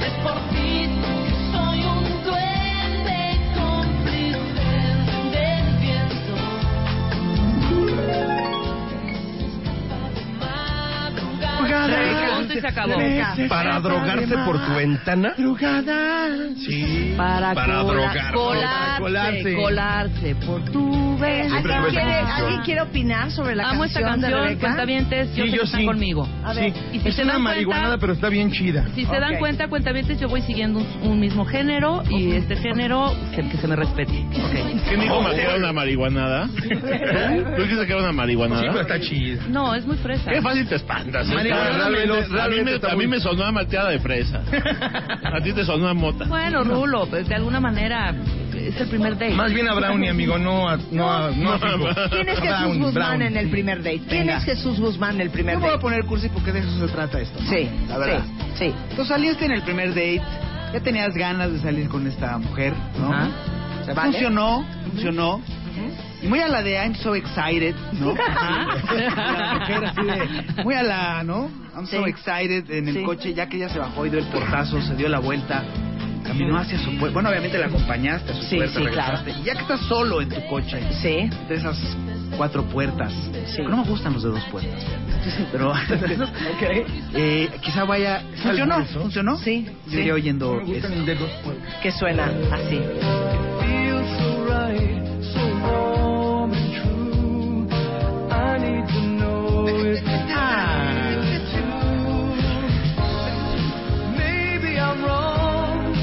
Es por ti que soy un duende cómplice del viento. Punto y se acabó. Para drogarse por tu ventana. Drogada. Sí. Para, Para cola- drogarse, colarse, para colarse. colarse por tu vez. Siempre tuve ¿Alguien esa quiere, canción. alguien quiere opinar sobre la Amo esta canción, de canción, Rebeca? cuentavientes, yo sé Sí, que yo están sí. conmigo. A ver, Sí. y si es se una dan cuenta- marihuanada, pero está bien chida. Si se dan Ok. cuenta, cuentavientes, yo voy siguiendo un, un mismo género y este género se- que se me respete. Ok. ¿Quién dijo sacar una marihuanada? ¿Tú dijiste sacar una Sí, marihuanada? pero está chida. No, es muy fresa. Qué fácil te espantas. ¿eh? Marihuana, Cabrón, realmente- a mí me- realmente a, mí está me, muy- sonó a malteada de fresa. A ti te sonó a mota. Bueno, Rulo, pues, de alguna manera es el primer date. Más bien a Brownie, amigo, no a, no a, no a Fico. ¿Quién es A Jesús Brownie, Guzmán Brownie. en el primer date? ¿Quién Venga. es Jesús Guzmán en el primer Yo voy a date? poner cursi porque de eso se trata esto. ¿no? Sí, la verdad. sí, sí. Tú saliste en el primer date, ya tenías ganas de salir con esta mujer, ¿no? Ajá. O sea, Vale. Funcionó, funcionó. Y muy a la de I'm so excited, ¿no? La mujer así de, muy a la, ¿no? I'm so Sí. excited en el Sí. coche, ya que ella se bajó y dio el portazo, se dio la vuelta, caminó hacia su puerta. Bueno, obviamente la acompañaste a su Sí, puerta, sí, regresaste. Y ya que estás solo en tu coche, Sí. de esas cuatro puertas, Sí. no me gustan los de dos puertas, pero eh, quizá vaya... ¿Funcionó? ¿Funcionó? Sí, Yo sí. iría oyendo Me gustan esto. los dedos. Que suena así. Feels so right, so warm and true. I need to know if it's you. Maybe I'm wrong,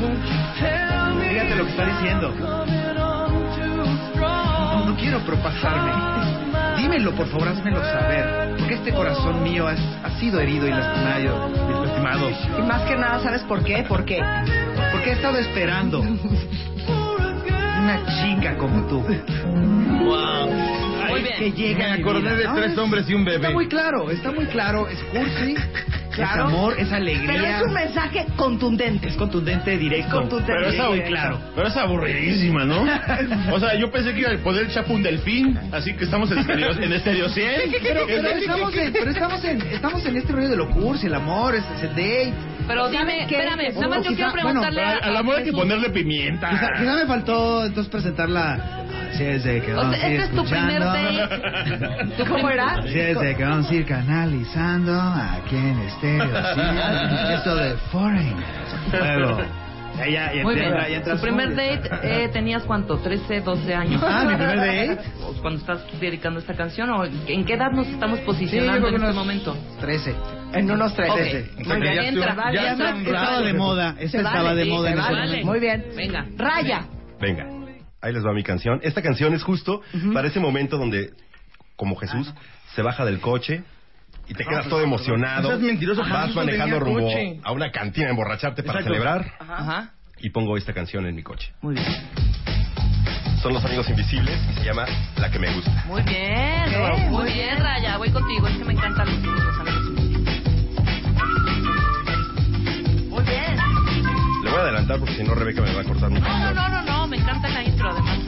but you tell me Fíjate lo que está diciendo. coming on too No, strong. no quiero propasarme. Dímelo, por favor, házmelo saber. Porque este corazón mío has- ha, sido herido y lastimado, y lastimado. Y más que nada, ¿sabes por qué? Porque Porque he estado esperando una chica como tú. Muy bien. Que llega Me a mi acordé vida, de ¿no? tres hombres y un bebé. Está muy claro, está muy claro. Es cursi, Claro. es amor, es Pero alegría. es un mensaje contundente. es contundente, directo. Contundente. Pero es, abu- muy claro. pero es aburridísima, ¿no? O sea, yo pensé que iba a poder chapar un delfín, así que estamos en Estereo, en estereo 100. Pero, pero estamos, en, pero estamos, en, estamos en este rollo de lo cursi, el amor, es, es el date. Pero dime, qué? espérame, nada O más yo quizá- quiero preguntarle Pero a, Al amor hay que Jesús. ponerle pimienta. Quizá, quizá me faltó entonces presentarla. Así es de que O vamos sea, a ir este es tu primer escuchando. date. ¿Tú cómo era? Así es de que vamos a ir canalizando aquí en estéreo. ¿sí? Esto de Foreign. Luego, Ya, ya, ya Muy bien. entra- ya entras Tu primer tú, ya está. date eh, tenías cuánto? 13, 12 años. Ah, ¿mi primer date? Pues, Cuando estás dedicando esta canción o en qué edad nos estamos Sí, yo posicionando creo que en este unos- momento. 13. En unos 13. Ok. Muy bien, entra, vale, ya entra. estaba- estaba de moda, Se esta estaba vale, de sí, moda se en ese vale. momento. Muy bien. Venga. Raya. Venga, ahí les va mi canción. Esta canción es justo para ese momento donde, como Jesús, se baja del coche y te quedas Ah, todo no, emocionado. no seas mentiroso, vas Jesús no manejando tenía rumbo coche. a una cantina a emborracharte para Exacto. celebrar Ajá. y pongo esta canción en mi coche. Muy bien. Son los amigos invisibles y se llama La que me gusta. Muy bien, muy, bien, Raya. Voy contigo, es que me encantan los los amigos. Muy bien. Le voy a adelantar porque si no Rebeca me va a cortar mucho. No, no, no, no, me encanta la intro además.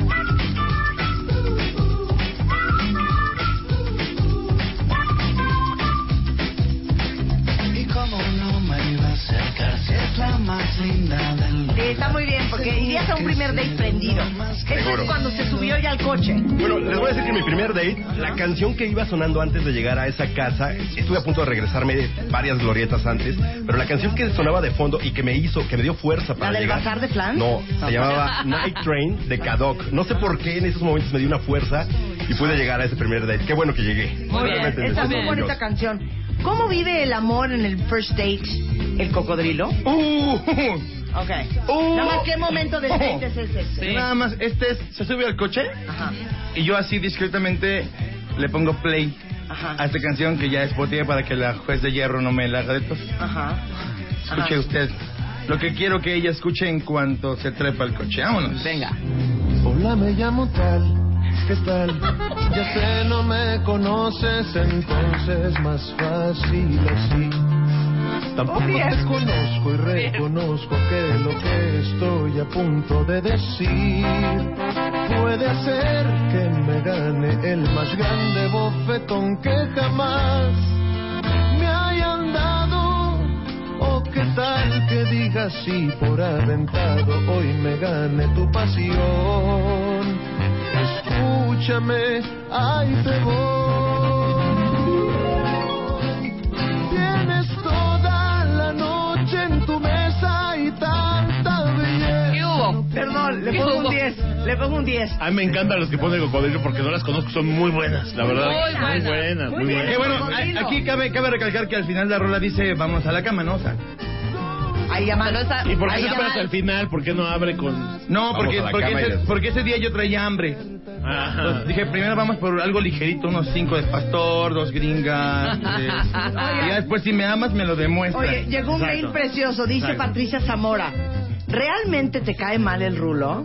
Y cómo no me iba a acercar si es la más linda del mundo. Sí, está muy bien, porque irías a un primer date prendido. Eso Seguro. es cuando se subió ya al coche. Bueno, les voy a decir que mi primer date, la canción que iba sonando antes de llegar a esa casa, estuve a punto de regresarme varias glorietas antes, pero la canción que sonaba de fondo y que me hizo, que me dio fuerza para ¿La del llegar. bazar de Flans? No, se llamaba Night Train de Kadok. No sé por qué en esos momentos me dio una fuerza y pude llegar a ese primer date. Qué bueno que llegué. Muy bien, Realmente me está siento muy buena esta orgulloso. canción. ¿Cómo vive el amor en el first date? ¿El cocodrilo? Uh. Ok. Nada más, ¿qué momento del date es ese? Oh. Nada más, este es, se sube al coche y yo así discretamente le pongo play a esta canción que ya es Spotify para que la juez de hierro no me la haga de tos. Ajá. Escuche usted lo que quiero que ella escuche en cuanto se trepa al coche. Vámonos. Venga. Hola, me llamo tal, ¿qué tal? Ya sé, no me conoces, entonces más fácil así. Tampoco te conozco y reconozco que lo que estoy a punto de decir puede ser que me gane el más grande bofetón que jamás me hayan dado. O qué tal que digas si por aventado hoy me gane tu pasión. Escúchame, ahí te voy. Tienes toda la noche en tu mesa y tanta belleza. ¿Qué hubo? Perdón, ¿Qué le pongo hubo? un 10. Le pongo un 10. A mí Ah, me encantan los que ponen cocodrilo porque no las conozco, son muy buenas, la verdad. Muy buenas, muy buenas. Que bueno, a- aquí cabe, cabe recalcar que al final la rola dice vamos a la cama, ¿no? O sea, Ahí ya mal. ¿Y por qué Ahí se ya espera hasta mal. el final? ¿Por qué no abre con.? No, Vamos porque, a la porque, cama y ese, des- porque ese día yo traía hambre. Entonces dije, primero vamos por algo ligerito, unos cinco de pastor, dos gringas. eh, y ya después si me amas me lo demuestras. Oye, llegó un mail precioso. Dice Exacto. Patricia Zamora. ¿Realmente te cae mal el rulo?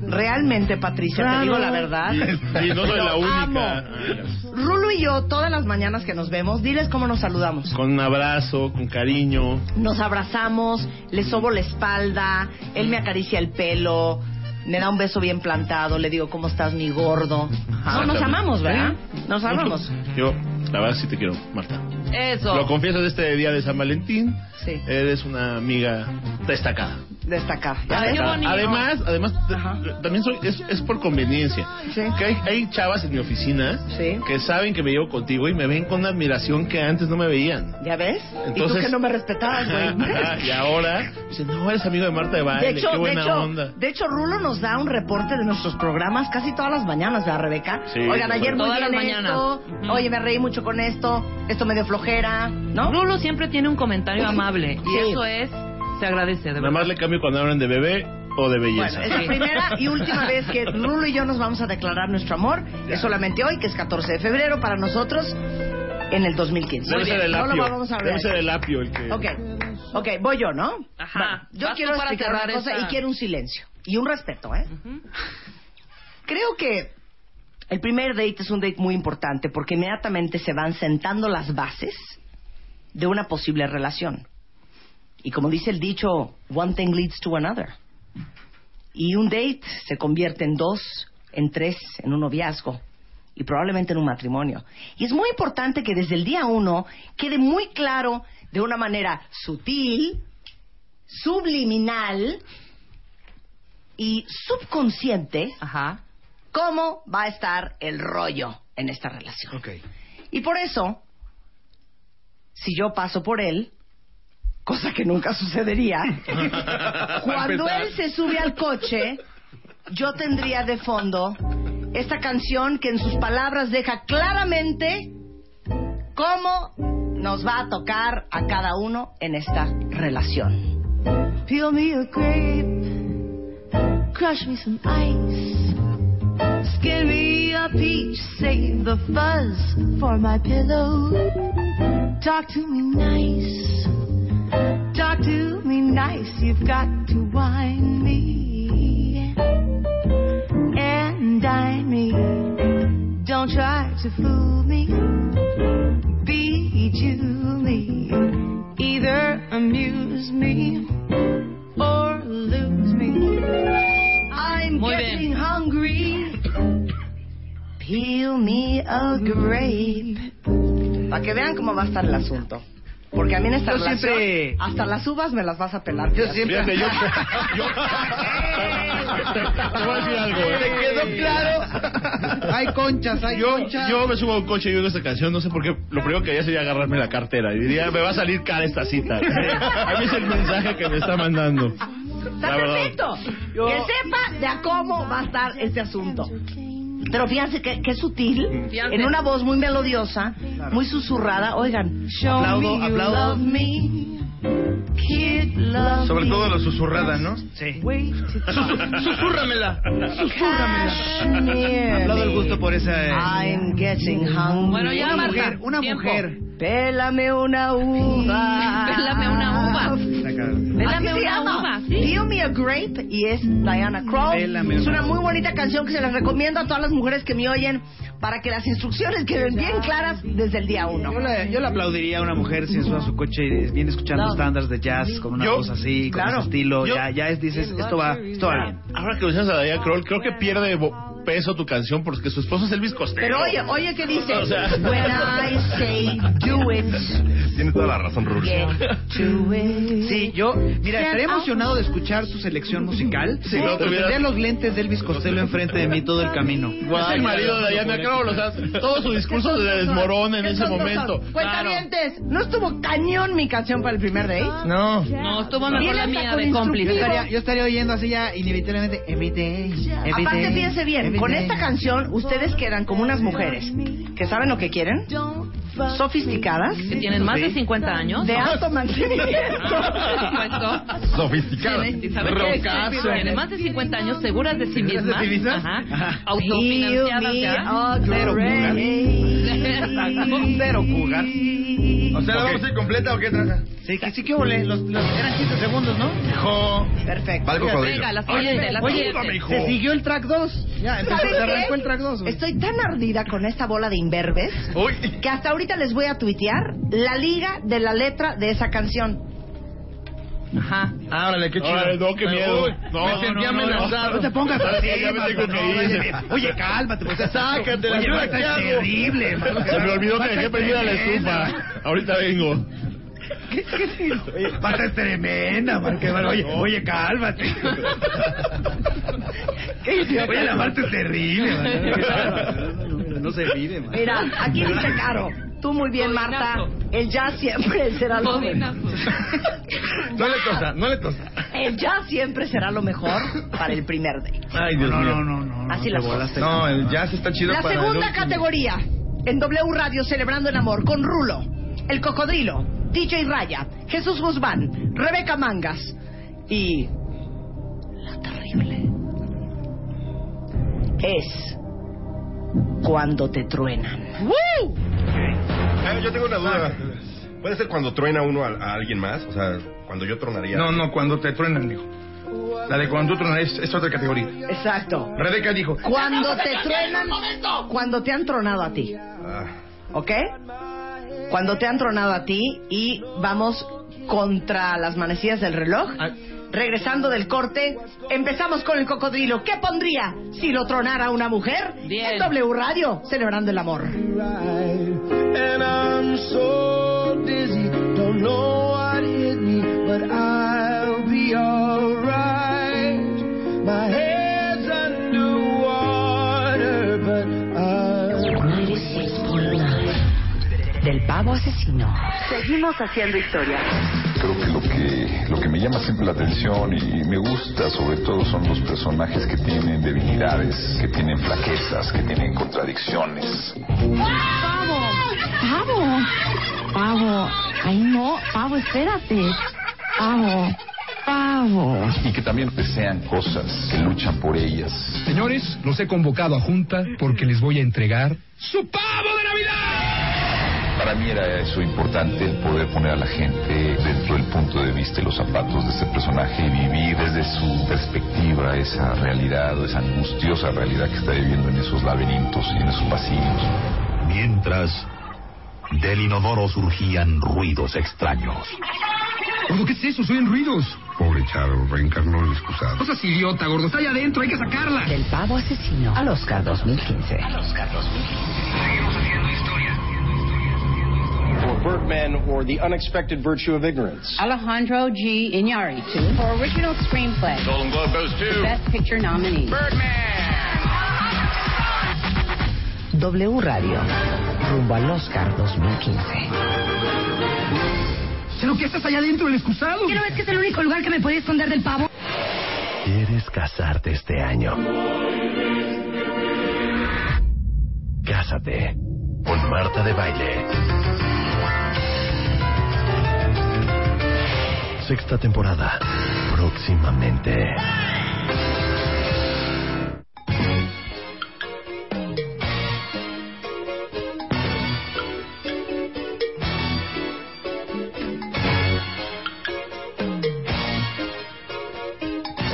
Realmente, Patricia, te Claro. digo la verdad. Y, y no soy la Lo única. amo. Rulo y yo, todas las mañanas que nos vemos, diles cómo nos saludamos. Con un abrazo, con cariño. Nos abrazamos, le sobo la espalda, él me acaricia el pelo, me da un beso bien plantado, le digo, ¿cómo estás, mi gordo? Ah, No, nos amamos, ¿verdad? Nos amamos. Yo, la verdad, sí te quiero, Marta. Eso. Lo confieso de este día de San Valentín. Sí. Eres una amiga destacada. Destacar. Destacada. Además, además t- también soy, es, es por conveniencia. Que hay, hay chavas en mi oficina que saben que me llevo contigo y me ven con una admiración que antes no me veían. ¿Ya ves? y tú Entonces- que no me respetabas, güey. Ajá, y ahora dicen, no, eres amigo de Marta de Baile, De hecho, qué de, buena hecho, onda. de hecho, Rulo nos da un reporte de nuestros programas casi todas las mañanas, ¿verdad, Rebeca? Sí, Oigan, de ayer muy acuerdo. bien Todas las mañanas. Mm. esto, oye, me reí mucho con esto, esto me dio flojera, ¿no? Rulo siempre tiene un comentario amable y Sí. eso es, se agradece, de Nada verdad. más le cambio cuando hablan de bebé o de belleza. Bueno, es la primera y última vez que Rulo y yo nos vamos a declarar nuestro amor. Es solamente hoy, que es 14 de febrero para nosotros en el 2015. Debe Muy ser bien, el no apio. lo vamos a hablar. Debe ser el apio el que... Ok, ok, voy yo, ¿no? Ajá. Yo Vas quiero tú para explicar una cerrar cosa esta- y quiero un silencio. Y un respeto, ¿eh? Creo que el primer date es un date muy importante porque inmediatamente se van sentando las bases de una posible relación. Y como dice el dicho, one thing leads to another. Y un date se convierte en dos, en tres, en un noviazgo y probablemente en un matrimonio. Y es muy importante que desde el día uno quede muy claro de una manera sutil, subliminal y subconsciente cómo va a estar el rollo en esta relación. Y por eso, si yo paso por él, cosa que nunca sucedería. Cuando empezar. él se sube al coche, yo tendría de fondo esta canción que en sus palabras deja claramente cómo nos va a tocar a cada uno en esta relación. Peel me a grape, crush me some ice, skin me a peach, save the fuzz for my pillow. Talk to me nice, talk to me nice, you've got to wine me and dine me. Don't try to fool me, bejewel me, either amuse me or lose me. I'm Muy getting bien. hungry. Peel me a grape. Para que vean cómo va a estar el asunto. Porque a mí en esta Yo relación, siempre- hasta las uvas me las vas a pelar. Yo siempre- Fíjate, yo- Te voy a decir algo, ¿eh? ¿Te quedó claro? Hay conchas, hay Yo, conchas. yo me subo a un coche y oigo esta canción, no sé por qué. Lo primero que haría sería agarrarme la cartera y diría, me va a salir cara esta cita. A mí es el mensaje que me está mandando. Está La verdad. perfecto. Que sepa de a cómo va a estar este asunto. Pero fíjense que, que sutil, Fíjense. en una voz muy melodiosa, muy susurrada. Oigan, Show me you love me, kid love Sobre me. todo la susurrada, ¿no? Sí. Susu- susúrramela. Cashmere Aplaudo el gusto por esa, eh. I'm getting hungry. Bueno, ya, Una Marta, mujer, una tiempo. mujer. Pélame una uva. Pélame una uva. Ah, Pélame Así se una llama. uva, sí. Peel me a grape y es Diana Crow. Pélame es una una muy bonita canción que se les recomiendo a todas las mujeres que me oyen para que las instrucciones queden bien claras desde el día uno. Yo le, yo le aplaudiría a una mujer si sube a su coche y viene escuchando Claro. estándares de jazz con una Yo, cosa así, con claro, ese estilo. yo- ya, ya es, dices, esto va, esto va bien. Ahora que lo dices a Daya Kroll, creo que pierde bo- peso tu canción porque su esposo es Elvis Costello. Pero oye, oye, ¿qué dice? O sea- When I say do it, Tiene toda la razón, Rubio. get to it. Sí, yo, mira, estaría emocionado de escuchar su selección musical. Si no pero tuviera- tendría los lentes de Elvis Costello enfrente de mí todo el camino. Es el marido de Diana Kroll, o sea, todo su discurso se desmorona en ¿Qué ese tontos momento. son? Cuentavientes, ¿no estuvo cañón mi canción para el primer date? No. No, estuvo mejor mejor la la mía mía de cómplice. de Yo cómplice. estaría, yo estaría oyendo así ya inevitablemente every day, every Aparte, day, fíjense bien, every con day. esta canción ustedes quedan como unas mujeres que saben lo que quieren, sofisticadas, Que tienen más de 50 años. de alto mantenimiento. Por supuesto. Sofisticada. Tienen- ¿saben qué? Rocazo. Tienen más de 50 años, seguras de sí ¿Seguras de mismas. sí mismas? Ajá. Feel Autofinanciadas me ya. a Cero great Cero cougar. O sea, ¿la vamos a ir completa o qué traza? Sí, que sí que volé. Los, los- eran 15 segundos, ¿no? Hijo. Perfecto. Valgo cocodrilo. Venga, las Ay, siguiente, las oye, siguiente. ayúdame, hijo. Se siguió el track 2. Ya, entonces ¿Saben se qué? arrancó el track 2. Estoy tan ardida con esta bola de imberbes Uy. que hasta ahorita les voy a tuitear la liga de la letra de esa canción. Ajá. Ah, órale, qué chido. Órale, no, qué miedo. Uy, No, me no, sentí no, no, amenazado. No te pongas así, Ya me tengo Marta, que no, ir. oye, Oye, cálmate, pues Sácate la Oye, ayuda, Marta, ¿qué es hago? terrible. Marta. Se me olvidó que Marta, dejé es prendida la tremenda. estufa. Ahorita vengo. Oye, Marta es tremenda, Marta. qué bárbaro. Oye, oye, cálmate. Oye, la Marta es terrible. Marta. No se vive, Marta. Mira, aquí dice Caro. Tú muy bien, Marta. El jazz siempre será lo mejor. No le tosa, no le tosa. El jazz siempre será lo mejor para el primer date. Ay, Dios no, mío. no, no, no, no. Así te las cosas. volaste. No, el jazz está chido La para el segunda último. categoría en W Radio Celebrando el Amor con Rulo, El Cocodrilo, DJ Raya, Jesús Guzmán, Rebeca Mangas y la terrible es cuando te truenan. Ah, yo tengo una duda. ¿Puede ser cuando truena uno a, a alguien más? O sea, cuando yo tronaría. No, no, cuando te truenan, dijo. La de cuando tú truenas es, es otra categoría. Exacto. Rebeca dijo. Cuando te truenan, cuando te han tronado a ti, Ah, ¿ok? Cuando te han tronado a ti y vamos contra las manecillas del reloj. Ah. Regresando del corte, empezamos con el cocodrilo. ¿Qué pondría si lo tronara una mujer? Bien. En W Radio, celebrando el amor. And I'm so dizzy, don't know what hit me, but I'll be alright. My head's underwater, but I'll. Del pavo asesino. Latino. Seguimos haciendo historia. Creo que lo que lo que me llama siempre la atención y, y me gusta sobre todo son los personajes que tienen debilidades, que tienen flaquezas, que tienen contradicciones. Pavo, pavo, pavo. Ay no, pavo, espérate. Pavo, pavo. Y que también desean cosas, que luchan por ellas. Señores, los he convocado a junta porque les voy a entregar ¡Su pavo de Navidad! Para mí era eso importante, el poder poner a la gente dentro del punto de vista y los zapatos de ese personaje y vivir desde su perspectiva esa realidad o esa angustiosa realidad que está viviendo en esos laberintos y en esos pasillos. Mientras, del inodoro surgían ruidos extraños. Gordo, ¿qué es eso? Soy en ruidos. Pobre Charo, reencarnó el excusado. No seas idiota, gordo. Está allá adentro, hay que sacarla. Del pavo asesino al Oscar 2015. Al Oscar 2015. Or Birdman or The Unexpected Virtue of Ignorance. Alejandro G. Iñárritu for original screenplay. Golden Globe goes The Best Picture nominee. W Radio. Rumbo al Oscar 2015. ¿Pero qué estás allá dentro del excusado? ¿Qué no ves que es el único lugar que me podía esconder del pavo? ¿Quieres casarte este año? Cásate con Marta de Baile. Sexta temporada. Próximamente.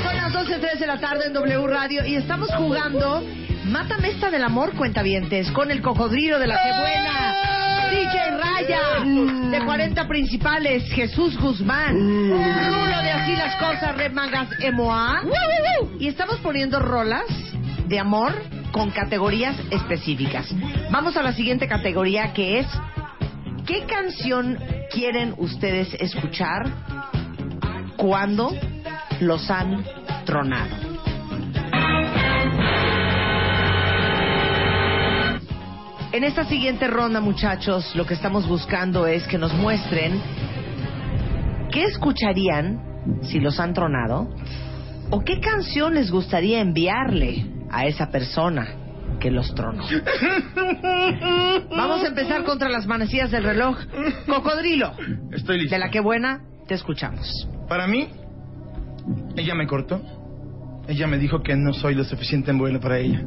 Son las 12.03 de la tarde en W Radio y estamos jugando Mátame esta del amor, cuentavientes, con el cocodrilo de la cebuela, DJ Raya, de 40 principales, Jesús Guzmán, Rulo de Así las Cosas, Remangas Emoa. Y estamos poniendo rolas de amor con categorías específicas. Vamos a la siguiente categoría que es ¿Qué canción quieren ustedes escuchar cuando los han tronado? En esta siguiente ronda, muchachos, lo que estamos buscando es que nos muestren qué escucharían si los han tronado o qué canción les gustaría enviarle a esa persona que los tronó. Vamos a empezar contra las manecillas del reloj. Cocodrilo. Estoy listo. De la que buena, te escuchamos. Para mí, ella me cortó. Ella me dijo que no soy lo suficiente bueno para ella.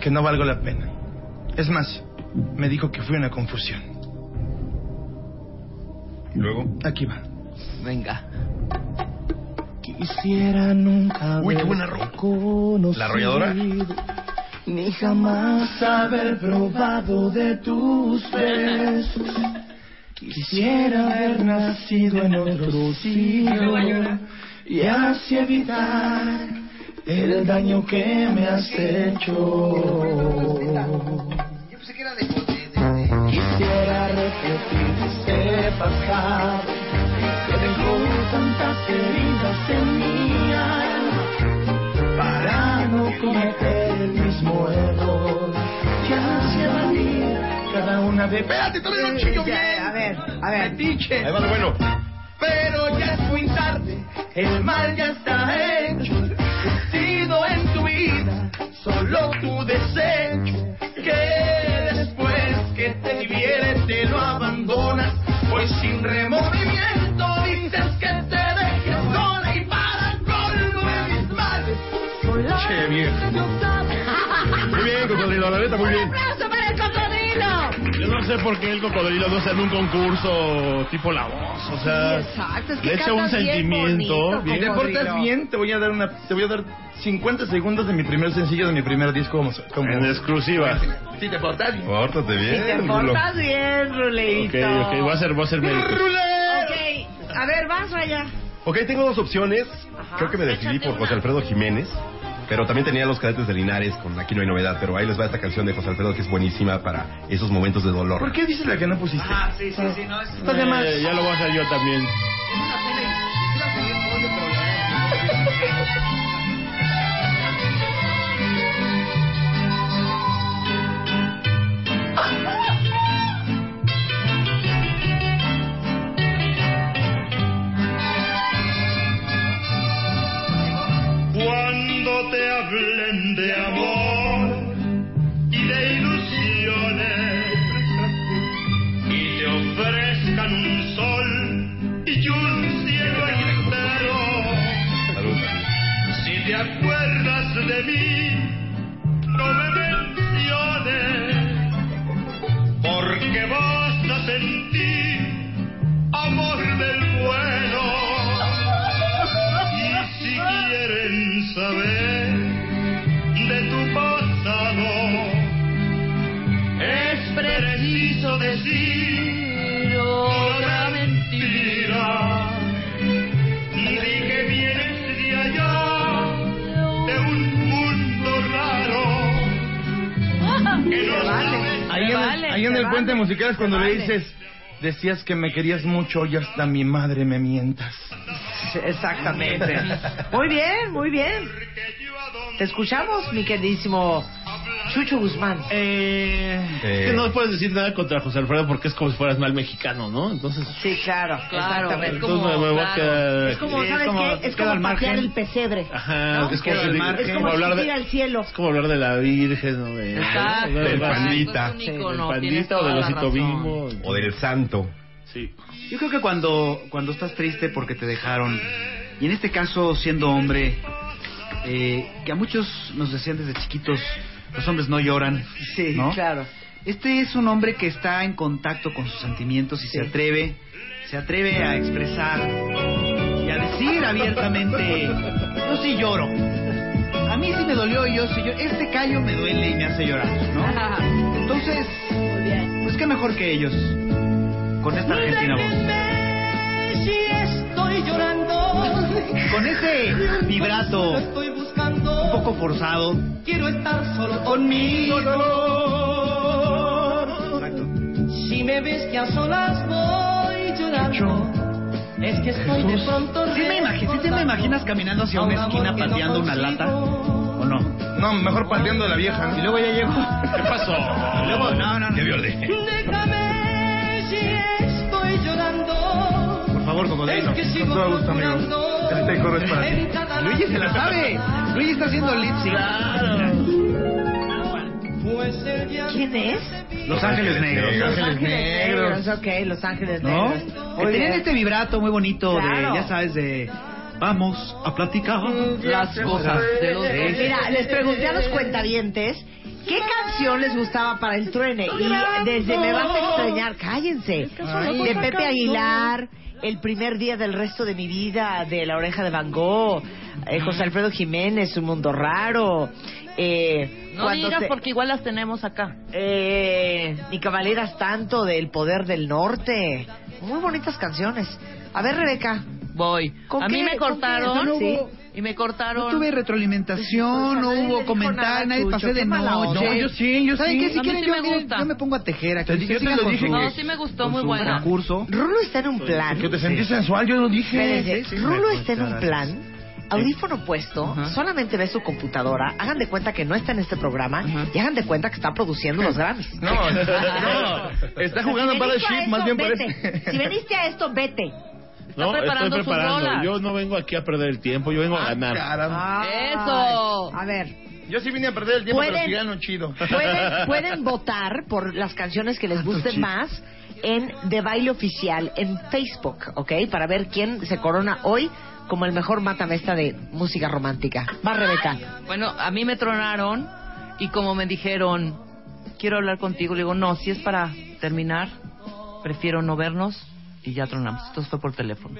Que no valgo la pena. Es más, me dijo que fui una confusión. Luego, aquí va. Venga. Quisiera nunca Uy, qué buena haber rola. conocido, ¿La arrolladora? Ni jamás haber probado de tus besos. Quisiera haber nacido en otro siglo y así evitar el daño que me has hecho. Quisiera repetir ese pasado que dejó tantas heridas en mi alma para no cometer el mismo error que hace valer cada una de. ¡Espérate, todavía no chillo bien! A ver, a ver. Metiche. Ahí va lo bueno. Pero ya es muy tarde, el mal ya está hecho. Vestido en tu vida, solo tu desecho. Que después que te divieres, te lo abandonas. Hoy sin remordimiento dices que te dejes sola y para colmo de mis males. sola Che, viejo. Muy bien, cocodrilo, la neta, muy bien. ¡Aplauso para el cocodrilo! Yo no sé por qué el cocodrilo no hace nunca un concurso tipo la voz, o sea, Sí, exacto, es que le echa un cantas bien sentimiento. bonito, Bien, te portas bien, te voy a dar una, te voy a dar 50 segundos de mi primer sencillo de mi primer disco como, como en exclusiva. Si te portas bien. Pórtate Si te portas bien, Ruleito. Ok, ok, voy a hacer, voy a hacer médico. Ok, a ver, vas, Raya. Ok, tengo dos opciones. Creo que me decidí por José Alfredo Jiménez. Pero también tenía los cadetes de Linares con Aquí no hay novedad. Pero ahí les va esta canción de José Alfredo que es buenísima para esos momentos de dolor. ¿Por qué dices la que no pusiste? Ah, sí, sí, sí, no, es Eh, ya lo voy a hacer yo también. te hablen de amor y de ilusiones y te ofrezcan un sol y un cielo entero. Si te acuerdas de mí, no me menciones, porque vas a sentir amor del bueno. Y si quieren saber de tu pasado, es preciso decir otra mentira. Di que vienes de allá, de un mundo raro. Que no sabes- Ahí en, ahí en el puente musical es cuando le dices, decías que me querías mucho y hasta mi madre me mientas. Exactamente. Muy bien, muy bien. Te escuchamos, mi queridísimo Chucho Guzmán. Es que no puedes decir nada contra José Alfredo porque es como si fueras mal mexicano, ¿no? Entonces. Sí, claro, Claro, exactamente. entonces me voy a quedar- Es como, es ¿sabes como- qué? Es queda al como patear margen. el pesebre. Ajá, ¿no? es como Es el como margen. subir Hablar de- al cielo. Es como hablar de la Virgen o de. Exacto, del exacto, pandita. es un ícono, Del tienes pandita toda o del la osito razón. bimbo. O del santo. Sí. Yo creo que cuando, cuando estás triste porque te dejaron, y en este caso siendo hombre, eh, que a muchos nos decían desde chiquitos, los hombres no lloran. Sí, claro. Este es un hombre que está en contacto con sus sentimientos y se atreve, se atreve a expresar y a decir abiertamente, yo sí lloro. A mí sí me dolió y yo sí lloro. Este callo me duele y me hace llorar, ¿no? Entonces, pues qué mejor que ellos con esta argentina voz. Si estoy llorando, Con ese vibrato un poco forzado, quiero estar solo conmigo. Si me ves que a solas voy llorando, es que estoy de pronto. ¿Sí, me imagi- sí te me imaginas caminando hacia una esquina pateando una lata? ¿O no? No, mejor pateando a la vieja. Y luego ya llego. ¿Qué pasó? Luego, no, no, no. Déjame si estoy llorando. Por favor, cocodrilo. Es que sigo Con todo gusto, amigo. Este coro es para ti. Luigi se la sabe. Luigi está haciendo lip sync. Pues ¿Quién es? Los Ángeles Negros. Los Ángeles Negros, ok, Los Ángeles ¿No? Negros. Que Muy tenían bien. este vibrato muy bonito Claro. de, ya sabes, de... Vamos a platicar Las cosas de los- Sí. pues, eh, Mira, les pregunté a los cuentavientes qué canción les gustaba para el truene. Y desde Me vas a extrañar, cállense. sonó De esa Pepe canción. Aguilar, El primer día del resto de mi vida, de La oreja de Van Gogh, eh, José Alfredo Jiménez, Un mundo raro. eh, No cuando digas te- porque igual las tenemos acá. eh, ni caballeras tanto del poder del norte. Muy bonitas canciones. A ver, Rebeca. Voy. ¿Con a qué- mí me con qué? cortaron No, no hubo- sí, y me cortaron. No tuve retroalimentación, no hubo comentario, nadie pasé de noche. No, yo sí, yo ¿Saben sí. qué? Si A mí quieren, sí yo, me miren, gusta. yo me pongo a tejer aquí. Te di- yo Ustedes sigan te lo con dije su- que- No, sí me gustó, con muy su buena. Concurso. Rulo está en un plan. Que te sentís sensual, yo lo dije. Espérense, Rulo está en un plan, audífono puesto, solamente ve su computadora, hagan de cuenta que no está en este programa y hagan de cuenta que está produciendo los Grammys. No, no, está jugando Si para el veniste a ship, esto, más bien vete. parece. Si veniste a esto, vete. No, preparando estoy sus Ah, preparando. rolas. Yo no vengo aquí a perder el tiempo, yo vengo a ganar. Ay, A ver, Yo sí vine a perder el tiempo, Pueden- pero sí gano chido. pueden, pueden votar por las canciones que les gusten más en De Baile Oficial en Facebook, ¿ok? Para ver quién se corona hoy como el mejor matamesta de música romántica. Va, Rebeca. Bueno, a mí me tronaron y como me dijeron, quiero hablar contigo, le digo, no, si es para terminar, prefiero no vernos y ya tronamos. Entonces fue por teléfono.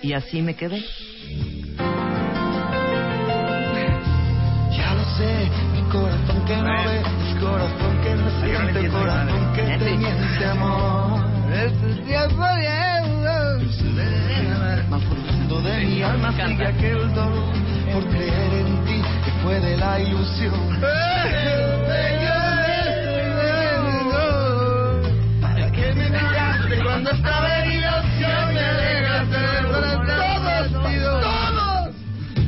Y así me quedé. Ya lo sé, mi corazón que no ve, mi corazón que no siente, corazón que te miente amor. Este tiempo llegó, más profundo de mi alma sigue aquel dolor por creer en ti que fue de la ilusión. Para que me miraste Cuando estaba herido, me dejaste para todos, todos.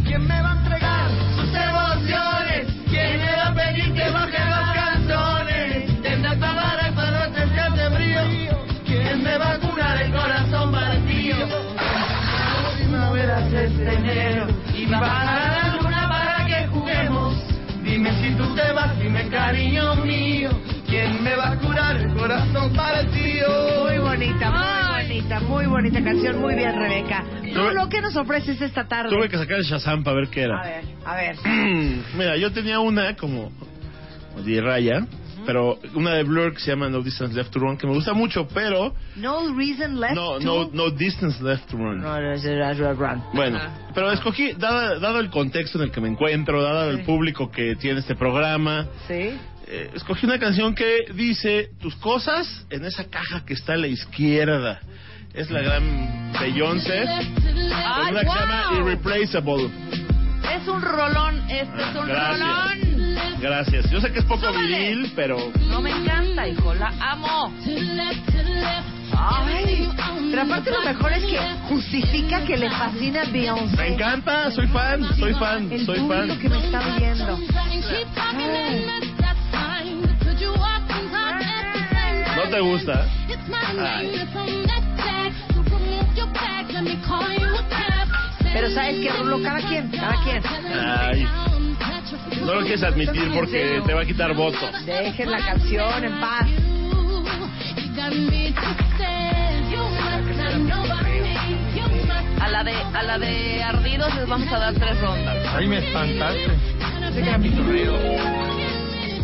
¿Quién me va a entregar sus emociones? ¿Quién me va a pedir que baje los canciones? Tendrá palabras para de frío. ¿Quién me va a curar el corazón vacío? La primavera es este enero y va a la luna para que tú te vas, dime cariño mío, ¿quién me va a curar el corazón partido? Muy bonita, muy bonita, muy bonita canción. Muy bien, Rebeca. Rulo, ¿qué nos ofreces esta tarde? Tuve que sacar el Shazam para ver qué A era. ver, a ver. Mira, yo tenía una como de raya, pero una de Blur que se llama No Distance Left to Run, que me gusta mucho, pero No reason left no, no, to... no Distance Left to Run. Bueno, Ah. pero escogí, dada- dado el contexto en el que me encuentro, dado el público que tiene este programa, Sí. eh, escogí una canción que dice tus cosas en esa caja que está a la izquierda. Es la gran Beyoncé con Ay, pues una que se llama wow. Irreplaceable. Es un rolón, este es un Gracias. rolón. Gracias. Yo sé que es poco Súbale. viril, pero No me encanta, hijo, la amo. Ay, pero aparte lo mejor es que justifica que le fascina Beyoncé. me encanta, soy fan, soy fan, El soy público fan. que me está viendo. ¿No te gusta? Pero sabes que Rulo, cada quien, cada quien. Ay, Ah, no lo quieres admitir porque te va a quitar votos. Dejen la canción en paz. A la de, a la de ardidos les vamos a dar tres rondas. Ahí me espantaste.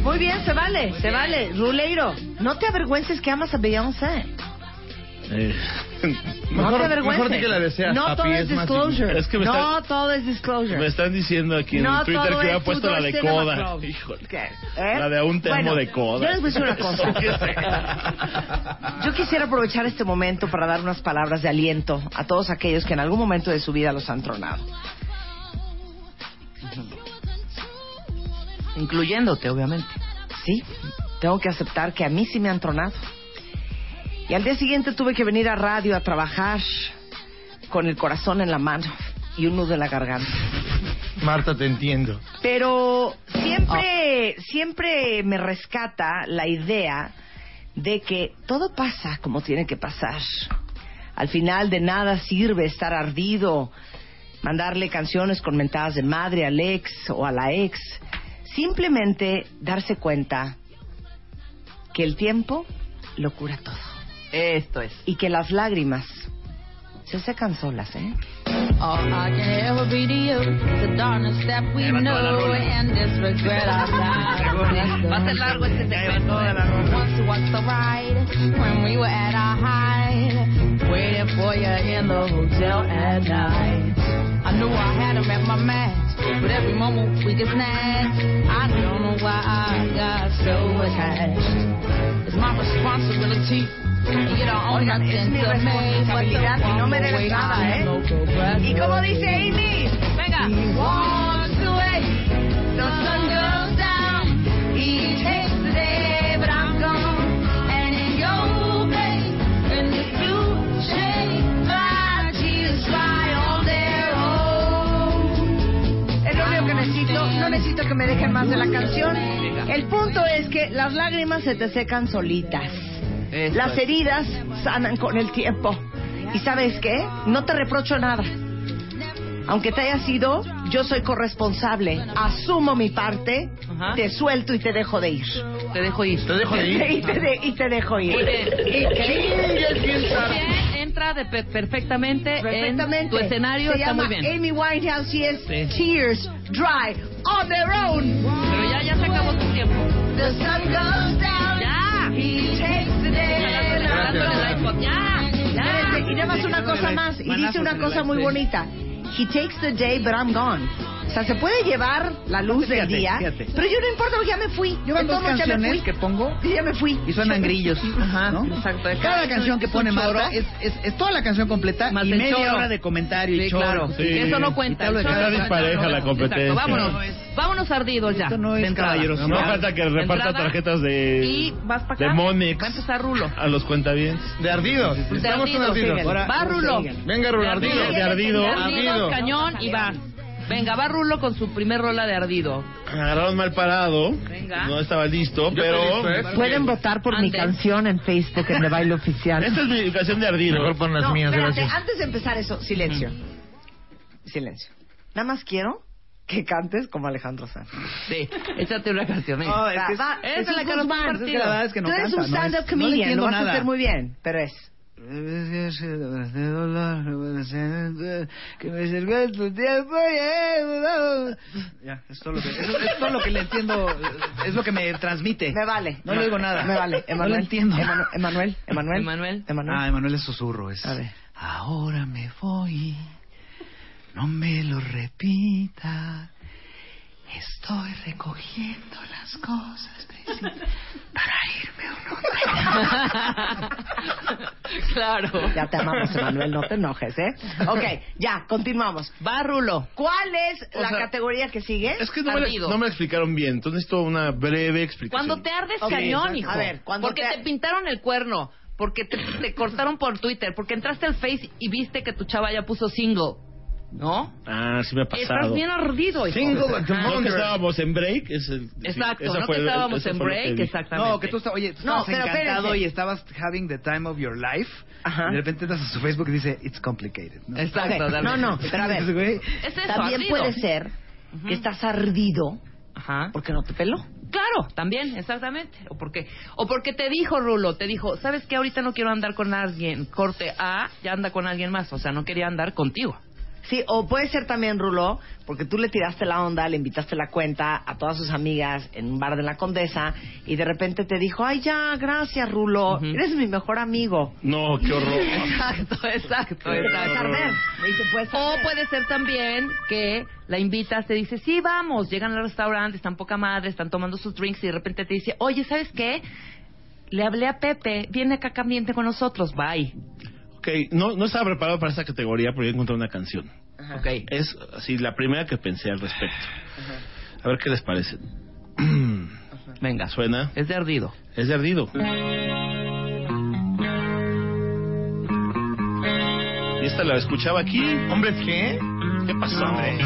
Muy bien, se vale, se vale. Ruleiro, no te avergüences que amas a Beyoncé. Eh, No te avergüences. no todo es disclosure. Es que me, no están- Oh, todo es disclosure. me están diciendo aquí en No Twitter todo que es hubiera puesto la Tudor de Cinema coda. Club. Híjole. ¿Qué? ¿Eh? La de un termo Bueno, de coda. Yo les voy a decir una cosa. ¿Qué será? Yo quisiera aprovechar este momento para dar unas palabras de aliento a todos aquellos que en algún momento de su vida los han tronado. Incluyéndote, obviamente. Sí, tengo que aceptar que a mí sí me han tronado. Y al día siguiente tuve que venir a radio a trabajar con el corazón en la mano y un nudo en la garganta. Marta, te entiendo. Pero siempre, siempre me rescata la idea de que todo pasa como tiene que pasar. Al final de nada sirve estar ardido, mandarle canciones con mentadas de madre al ex o a la ex. Simplemente darse cuenta que el tiempo lo cura todo. Esto es. Y que las lágrimas se secan solas, ¿eh? All I can ever be to you is the darkness that we va toda la know rola. and this regret our lives. Va a ser largo este segmento. Once was the ride when we were at our height, waiting for you in the hotel at night. I knew I had him at my match, but every moment we could snatch. I don't know why I got so attached. It's my responsibility. and You don't own Oigan, es nothing mi to me, but the responsabilidad y no me way debes nada, I ¿eh? look around Y como dice Amy, venga. walks away. The sun goes down. He takes the day, but I'm gone. And in your place, in the blue shade, my tears dry on their own. Es lo único que necesito. No necesito que me dejen más de la canción. El punto es que las lágrimas se te secan solitas. Las es. heridas sanan con el tiempo. ¿Y sabes qué? No te reprocho nada. Aunque te haya sido, yo soy corresponsable. Asumo mi parte, te suelto y te dejo de ir. Te dejo ir. Te dejo de ir. y, te de- y te dejo ir. Muy bien. Y- Bien, Entra de pe- perfectamente, en tu escenario. Se está llama muy bien. Amy Winehouse y es Tears Dry on Their Own. Pero ya, ya se acabó tu tiempo. The sun goes down. Ya. He takes the day. Jalándole el iPod. Ya. Espérense, Y nada más una cosa más. Y dice una cosa muy bonita. He takes the day, but I'm gone. O sea, se puede llevar la luz del Fíjate, día, fíjate. pero yo no importa porque ya me fui. Yo van dos Entonces, ya me canciones fui. que pongo y ya me fui. y suenan grillos. Ajá, exacto. Cada canción que pone un choro. Marta es, es, es toda la canción completa y el media choro. hora de comentario y Sí, choro. claro. Sí. Y Eso no cuenta. te hablo de El choro cada no canción. cuenta. Pareja la competencia. Exacto, vámonos. Vámonos ardidos ya. no es de entrada. caballerosidad. No falta que reparta Entrada. tarjetas de- Y vas para acá. de Monix. Va a empezar Rulo. A los cuentavientes. De ardidos. De Estamos con ardidos, ardidos. síguele. Ahora- Va, Rulo. Venga, Rulo. Ardido. De ardido. De ardido, cañón y va. Venga, va Rulo con su primer rola de ardido. Agarraron mal parado. Venga. No estaba listo, pero. ¿eh? Pueden votar por mi canción en Facebook en el baile oficial. Esta es mi canción de ardido. Mejor pon Mm. No, espérate, antes de empezar eso, silencio. Silencio. Nada más quiero que cantes como Alejandro Sanz. Oh, Sí, échate una canción. venga. Va, va, Esa es la un que nos Guzmán, compartido. es que la verdad es que no Tú eres canta, un no es- stand-up no le comedian, entiendo lo vas a nada. hacer muy bien, pero es. Que me sirve tu tiempo Ya, es todo lo que, eso es todo lo que le entiendo, es lo que me transmite. Me vale. No le digo nada. Me vale. No lo Emanuel. entiendo. Emanu- Emanuel. Emanuel. Emanuel. Ah, Emanuel es susurro. Es, A ver. Ahora me voy. No me lo repita. Estoy recogiendo las cosas principales para irme Claro. Ya te amamos, Emanuel, no te enojes, ¿eh? Ok, ya, continuamos. Va, Rulo. ¿Cuál es O la sea, categoría que sigue? Es que no me, la- no me la explicaron bien, entonces necesito una breve explicación. Cuando te ardes Ok, cañón, exacto. hijo. A ver, cuando porque te- te... pintaron el cuerno, porque te, te cortaron por Twitter, porque entraste al Face y viste que tu chava ya puso single. ¿No? Ah, sí me ha pasado. Estás bien ardido, hijo. Single at the Ajá. moment. No que estábamos en break. Es el, Exacto, esa no fue que el- estábamos esa en fue lo que break, dije. exactamente. No, que tú, esta- oye, tú No, estabas pero encantado espérense. y estabas having the time of your life. Y de repente entras a su Facebook y dice, it's complicated. ¿no? Ok, No, no, pero a ver. también puede ser Ujú. que estás ardido Ajá. porque no te peló. Claro, también, exactamente. O porque, o porque te dijo Rulo, te dijo, ¿sabes qué? Ahorita no quiero andar con alguien. Corte A, ya anda con alguien más. O sea, no quería andar contigo. Sí, o puede ser también, Rulo, porque tú le tiraste la onda, le invitaste la cuenta a todas sus amigas en un bar de la Condesa y de repente te dijo, ay, ya, gracias, Rulo, eres mi mejor amigo. No, qué horror. Exacto, exacto, Qué exacto. horror. O puede ser también que la invitas, te dice, sí, vamos, llegan al restaurante, están poca madre, están tomando sus drinks y de repente te dice, oye, ¿sabes qué? Le hablé a Pepe, viene acá caliente con nosotros, bye. Ok, no, no estaba preparado para esta categoría, pero yo encontré una canción. Ok. Es así la primera que pensé al respecto. A ver qué les parece. Venga. Suena. Es de ardido. Es de ardido. Y esta la escuchaba aquí. Hombre, ¿qué? ¿Qué pasó? Hombre,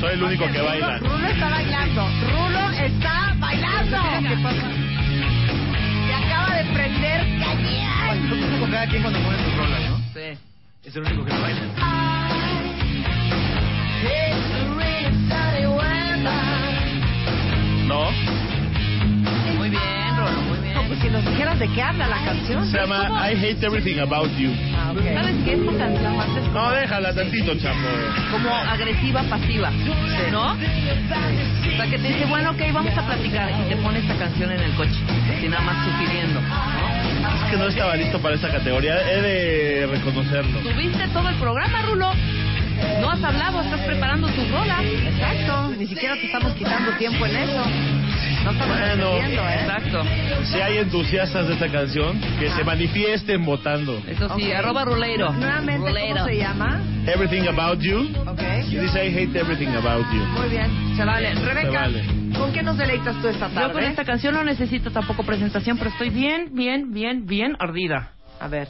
Soy el único que baila. Rulo está bailando, Rulo está bailando. ¿Qué pasa? Se acaba de prender cañón. Con cada quien cuando mueve sus rolas, ¿no? Sí. Es el único que no baila. No. Muy bien, Rulo, muy bien. pues si nos dijeras de qué habla la canción. Se llama I Hate Everything About You. ¿Sabes qué? Esta canción más es No, déjala tantito, chamo. como agresiva pasiva, ¿no? O sea, que te dice, bueno, ok, vamos a platicar y te pone esta canción en el coche, así nada más sugiriendo. Es que no estaba listo para esta categoría. He de reconocerlo. Tuviste todo el programa, Rulo. No has hablado, estás preparando tu rola. Exacto, ni siquiera te estamos quitando tiempo en eso. No estamos Bueno. entendiendo, ¿eh? Exacto. Ah. Si hay entusiastas de esta canción, que se manifiesten votando. Eso sí, Ok. arroba Ruleiro. Nuevamente, Ruleiro. ¿cómo se llama? Everything About You. Ok. Y dice I Hate Everything About You. Muy bien, se vale. Rebeca, Se vale. ¿con qué nos deleitas tú esta tarde? Yo con esta canción no necesito tampoco presentación, pero estoy bien, bien, bien, bien ardida. A ver.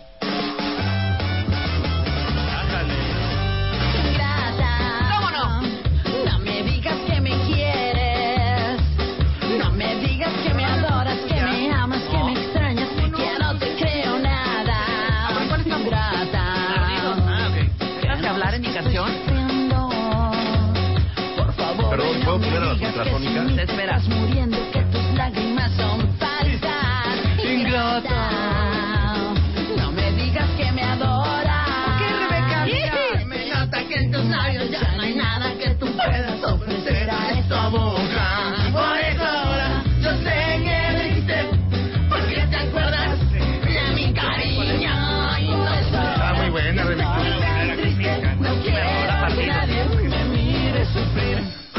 ¿Cómo no? No me digas que me quieres. No me digas que me adoras, que me amas, que me extrañas. Que no te creo nada. Ah, Ah, Grata. ¿Tienes que hablar en mi canción? Perdón, ¿puedo poner a la contratónica? Te esperas. Muriendo que tus lágrimas son falsas. Ingrata. No me digas que me adoras. ¿Qué, Rebeca? Me nota que en tus labios ya no hay nada que tú puedas ofrecer a esta boca. Por eso ahora yo sé que viste, porque te acuerdas de mi cariño y no Ah, Está muy Ah, buena,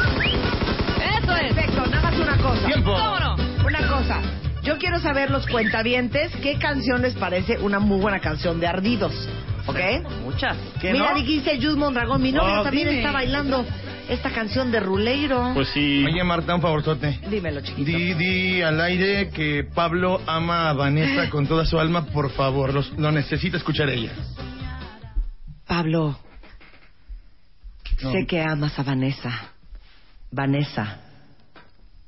Eso es. Perfecto, nada más una cosa. Tiempo. ¿Cómo no? Una cosa. Yo quiero saber los cuentavientes qué canción les parece una muy buena canción de Ardidos. ¿Ok? Muchas. Mira, aquí dice Jus Mondragón, mi novio Oh, también dime. está bailando esta canción de Ruleiro. Pues sí. Oye, Marta, un favorzote. Dímelo, chiquito. Di, di al aire que Pablo ama a Vanessa con toda su alma, por favor. Los- lo necesita escuchar ella. Pablo, No. sé que amas a Vanessa. Vanessa,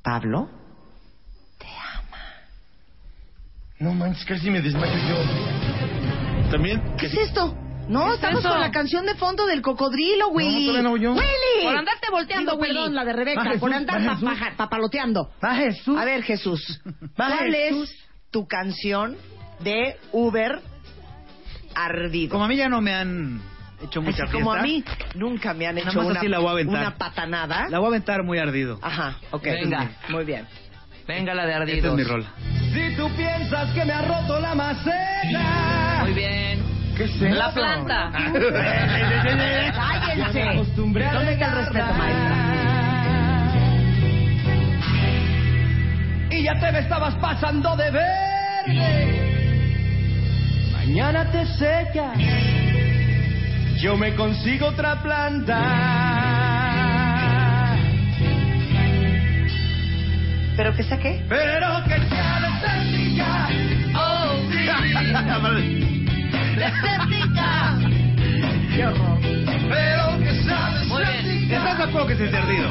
Pablo, te No manches, casi me desmayo yo. También. ¿Qué es esto? No, estamos eso? con la canción de fondo del cocodrilo, Willy. todavía no voy yo. Willy. Por andarte volteando, Digo, Willy. Perdón, la de Rebeca. Va, por Jesús, andar va, pa- Jesús. paja- papaloteando. Va Jesús. A ver, Jesús. ¿Cuál es tu canción de Uber ardido? Como a mí ya no me han hecho mucha Así como fiesta. a mí, nunca me han Nada hecho más una, así la voy a aventar. una patanada. La voy a aventar muy ardido. Ajá, ok. Este es Venga, mi- muy bien. Venga la de ardidos. Este es mi rol. Si tú piensas que me ha roto la maceta. Muy bien. ¿Qué es eso? La planta. Cállense. Acostumbré a ¿Dónde está el respeto, Y ya te me estabas pasando de verde. Mañana te secas. Yo me consigo otra planta. ¿Pero qué saqué? Pero que sea de estética. Oh, sí. De estética. Pero que sea de estética. ¿Estás de acuerdo que es de ardido?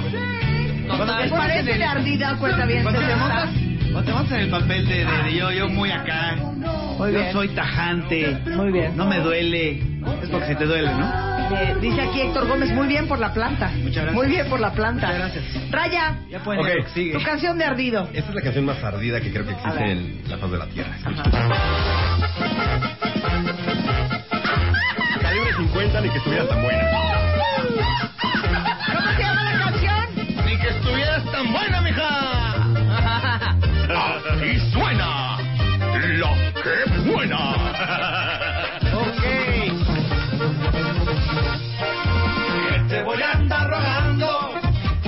Cuando te ¿Por qué pones se en le el- ardida cuenta bien? Cuando te montas, cuando te montas en el papel de, de- de yo, yo muy acá. Muy yo bien. soy tajante. Muy bien. No me duele. Es porque se te duele, ¿no? Eh, dice aquí Héctor Gómez, muy bien por la planta. Muchas gracias. Muy bien por la planta. Muchas gracias. Raya, Ya pueden ir a lo que sigue. tu canción de ardido. Esta es la canción más ardida que creo que existe en la faz de la Tierra. Calibre 50 ni que estuviera tan buena. ¿Cómo se llama la canción? Ni que estuvieras tan buena, mija. Así suena la que buena. Ok. Que te voy a andar rogando,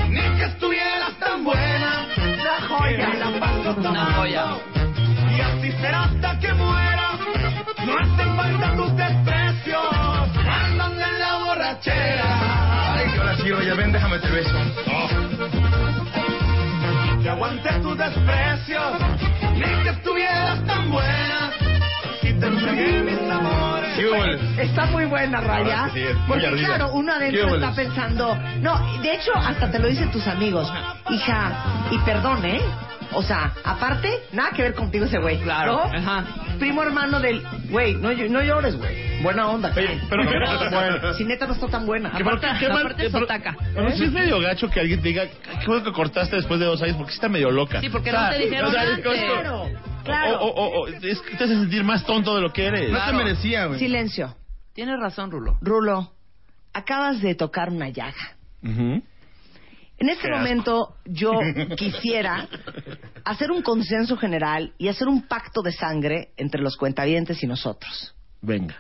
ni que estuvieras tan buena. La joya. Que me la paso tomando. Y así será hasta que muera. No hacen falta tus desprecios. Andan en la borrachera. Ay, que ahora sí, Roya, ven, déjame te beso. Oh. Que aguante tus desprecios. Ni que estuvieras tan buena. Si te entregué mis amores. Está muy buena, Raya. verdad es que sí, es muy Porque ardida. claro, uno ¿Qué adentro hubo? está pensando... No, de hecho, hasta te lo dicen tus amigos. Hija, y perdón, ¿eh? O sea, aparte, nada que ver contigo ese güey. Claro. Primo hermano del... Güey, no, ll- no llores, güey. Buena onda. pero- Si neta no está tan buena. Qué mal- qué mal- qué mal- ¿eh? Pero sí es medio gacho que alguien te diga, qué bueno que cortaste después de dos años, porque sí está medio loca. Sí, porque no te es dijeron como- antes. Claro, claro. O, o- o- es que te hace sentir más tonto de lo que eres. Claro. Silencio. Tienes razón, Rulo. Rulo, acabas de tocar una llaga. En este Qué asco. momento yo quisiera hacer un consenso general y hacer un pacto de sangre entre los cuentavientes y nosotros. Venga.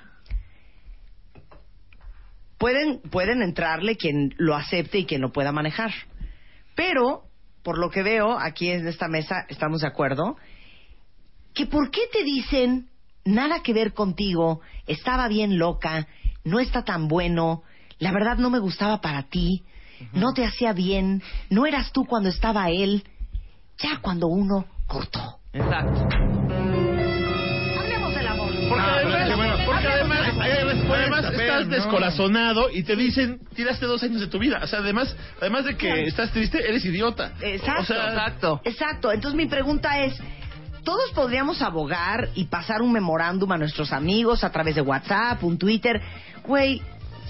Pueden, pueden entrarle quien lo acepte y quien lo pueda manejar. Pero, por lo que veo aquí en esta mesa, estamos de acuerdo, que por qué te dicen nada que ver contigo, estaba bien loca, no está tan bueno, la verdad no me gustaba para ti, no te hacía bien, no eras tú cuando estaba él, ya cuando uno cortó. Exacto. Hablemos del amor. Porque Ah, además, porque además, eh, además Pero estás no. descorazonado y te dicen, tiraste dos años de tu vida. O sea, además, además de que estás triste, eres idiota. Exacto. O sea, exacto. Entonces mi pregunta es, todos podríamos abogar y pasar un memorándum a nuestros amigos a través de WhatsApp, un Twitter. Güey,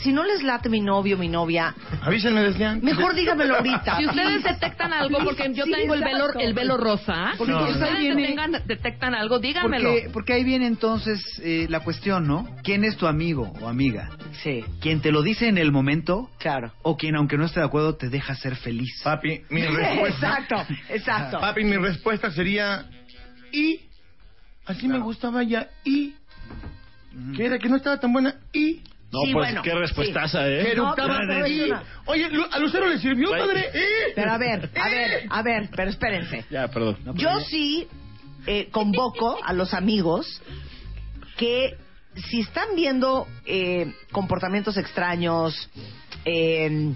si no les late mi novio, mi novia, Avísenme desde antes. mejor dígamelo ahorita. Si ustedes detectan algo, porque yo tengo el velo, el velo rosa, Porque si entonces ahí ustedes viene- detengan- detectan algo, díganmelo. Porque, porque ahí viene entonces eh, la cuestión, ¿no? ¿Quién es tu amigo o amiga? Sí. ¿Quién te lo dice en el momento? Claro. ¿O quien, aunque no esté de acuerdo, te deja ser feliz? Papi, mi Sí, respuesta. Exacto, exacto. Papi, mi respuesta sería. Y. Así me gustaba ya. Y. Que era que no estaba tan buena. Y. No, Sí, pues, bueno, qué respuestaza, sí. ¿eh? Que No, pero eructaba no por ahí. funciona. Oye, Lu- a Lucero le sirvió, Ay. padre. ¿Eh? Pero a ver, a ver, a ver, pero espérense. Ya, perdón. pues Yo pues, sí eh, convoco a los amigos que si están viendo eh, comportamientos extraños, eh,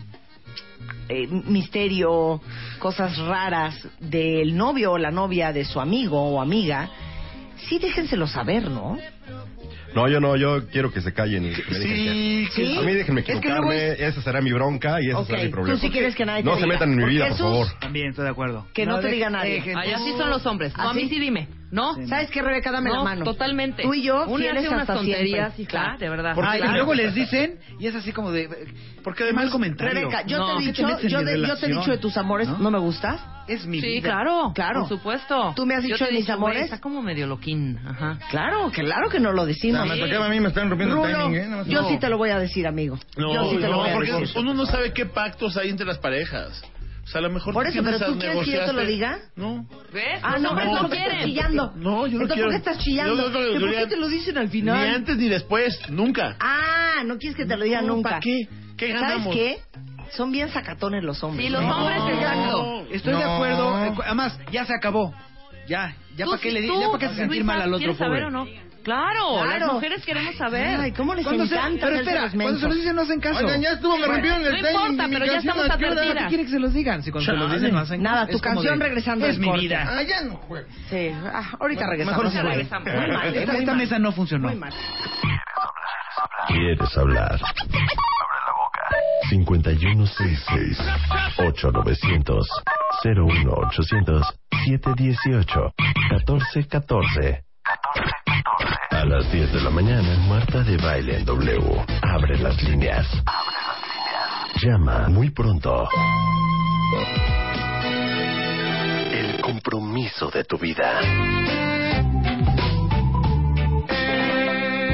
eh, misterio, cosas raras del novio o la novia de su amigo o amiga, sí déjenselo saber, ¿no? No, yo no, yo quiero que se callen y que me dejen Sí, ser. sí. A mí déjenme Es que luego equivocarme, esa será mi bronca y ese será mi problema. tú sí quieres que nadie te No se diga. metan en mi Porque vida, por Jesús- favor. También estoy de acuerdo. Que no, te de- diga nadie. dejen- Ay, así eh, son los hombres. No, a ¿Así? mí sí dime. No, ¿Sabes qué, Rebeca? Dame la No, mano. Totalmente. Tú y yo Uno fieles hace unas hasta tonterías, siempre. hija, de verdad. Porque Claro. y luego les dicen, y es así como de. Porque de mal comentario. Rebeca, yo, No, te, ¿qué he dicho, tenés en yo, mi de- yo te he relación? dicho de tus amores, ¿no, me gustas? Es mi Sí, claro. Claro. Por supuesto. Tú me has Yo dicho te de he mis güey, amores. Está como medio loquín. Ajá. Claro, claro que no lo decimos. Nada más, porque a mí me están rompiendo el Rulo, timing, ¿eh? Nada más. yo No. sí te lo voy a decir, amigo. No, yo sí te lo no, voy a porque decir. uno no sabe qué pactos hay entre las parejas. O sea, a lo mejor Por eso, tienes pero a- tú quieres que yo te lo negociaste- diga. No. ¿Ves? Ah, Los no, hombres pero no ¿por qué estás quieren. chillando? No, yo no Entonces, quiero. ¿Por qué estás chillando? Yo no creo que ¿Que ¿Por qué deberían- te lo dicen al final? Ni antes ni después, nunca. Ah, no quieres que te lo diga No, nunca. ¿pa' qué? ¿Qué ganamos? ¿Sabes qué? Son bien sacatones los hombres. Sí, los hombres, exacto. Estoy de No. acuerdo. eh, cu- Además, ya se acabó. Ya, ya Tú para qué sí, le di- tú, ya para qué se sentir Luisa, mal al otro ¿Quieres pobre. saber o no? Claro, Claro. las mujeres queremos saber. Ay, ¿cómo les Cuando se- encanta pero hacerse espera, los mensos? cuando se los dicen no hacen caso. Oigan, ya estuvo, me rompieron el No timing, importa, mi pero ya canción, estamos ¿a qué hora? ¿Qué advertidas. quiere que se los digan? Si cuando se los Chale. dicen no hacen Nada, caso, tu es como canción de, regresando Es al mi corte. vida. Ah, ya no juego. Sí, ah, ahorita regresamos. Mejor se Ahorita fue. regresamos. Muy ¿eh? mal, ¿eh? Esta- muy Esta mal. mesa no funcionó. Muy mal. ¿Quieres hablar? Abre la boca. 5166 8900 01800 718 1414 A las 10 de la mañana, Marta de Baile en W. Abre las líneas. Llama muy pronto. El compromiso de tu vida.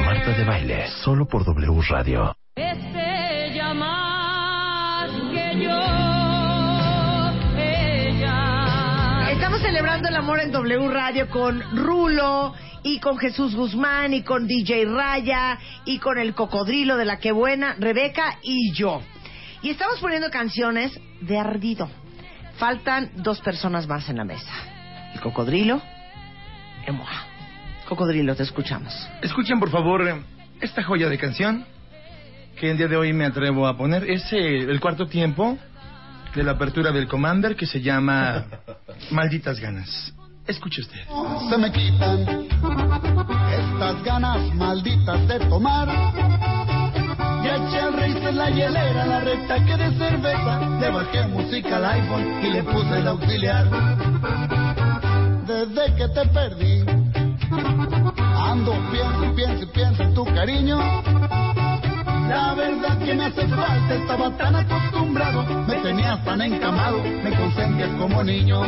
Marta de Baile, solo por W Radio. Es ella más que yo. Ella. Estamos celebrando el amor en W Radio con Rulo y con Jesús Guzmán y con DJ Raya y con el cocodrilo de la que buena, Rebeca y yo. Y estamos poniendo canciones de ardido. Faltan dos personas más en la mesa. El cocodrilo, Emoa. Cocodrilo, te escuchamos. Escuchen por favor eh, esta joya de canción que el día de hoy me atrevo a poner. Es eh, el cuarto tiempo de la apertura del Commander que se llama Malditas Ganas. Escuche usted. se me quitan estas ganas malditas de tomar. Ya eché al raíz en la hielera la recta que de cerveza. Le bajé música al iPhone y le puse el auxiliar. Desde que te perdí, ando pienso y pienso y pienso en tu cariño. La verdad que me hace falta, estaba tan acostumbrado, me tenías tan encamado, me consentías como niño.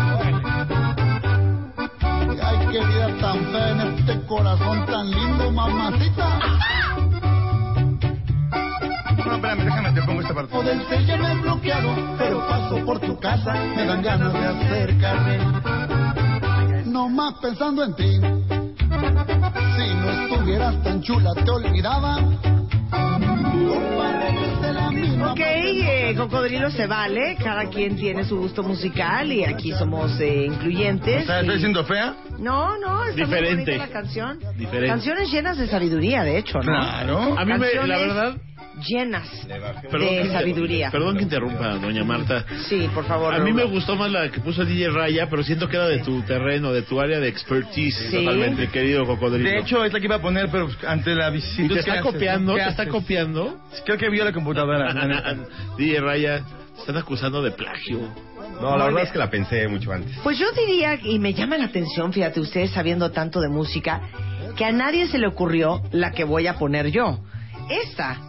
Ay, qué vida tan fea en este corazón tan lindo, mamacita. No, espérame, déjame, te pongo esta parte. O del ser ya me he bloqueado, pero paso por tu casa, me dan ganas de acercarme. No más pensando en ti. Si no estuvieras tan chula, te olvidaba. Ok, eh, Cocodrilo se vale, cada quien tiene su gusto musical y aquí somos eh, incluyentes. O sea, ¿estoy y- siendo fea? No, no, está muy Diferente. bonita la canción. Diferente. Canciones llenas de sabiduría, de hecho, ¿no? Claro. A mí me- la Canciones verdad- Llenas Perdón que de inter- sabiduría. Perdón que interrumpa, doña Marta. Sí, por favor. A mí Rulo. me gustó más la que puso DJ Raya, pero siento que era de tu terreno, de tu área de expertise, Sí. totalmente, querido cocodrilo. De hecho, es la que iba a poner, pero ante la visita. ¿Y te está copiando? ¿Te está copiando? Creo que vio la computadora. la neta. DJ Raya, están acusando de plagio. No, la verdad es que la pensé mucho antes. Pues yo diría, y me llama la atención, fíjate, ustedes sabiendo tanto de música, que a nadie se le ocurrió la que voy a poner yo. Esta,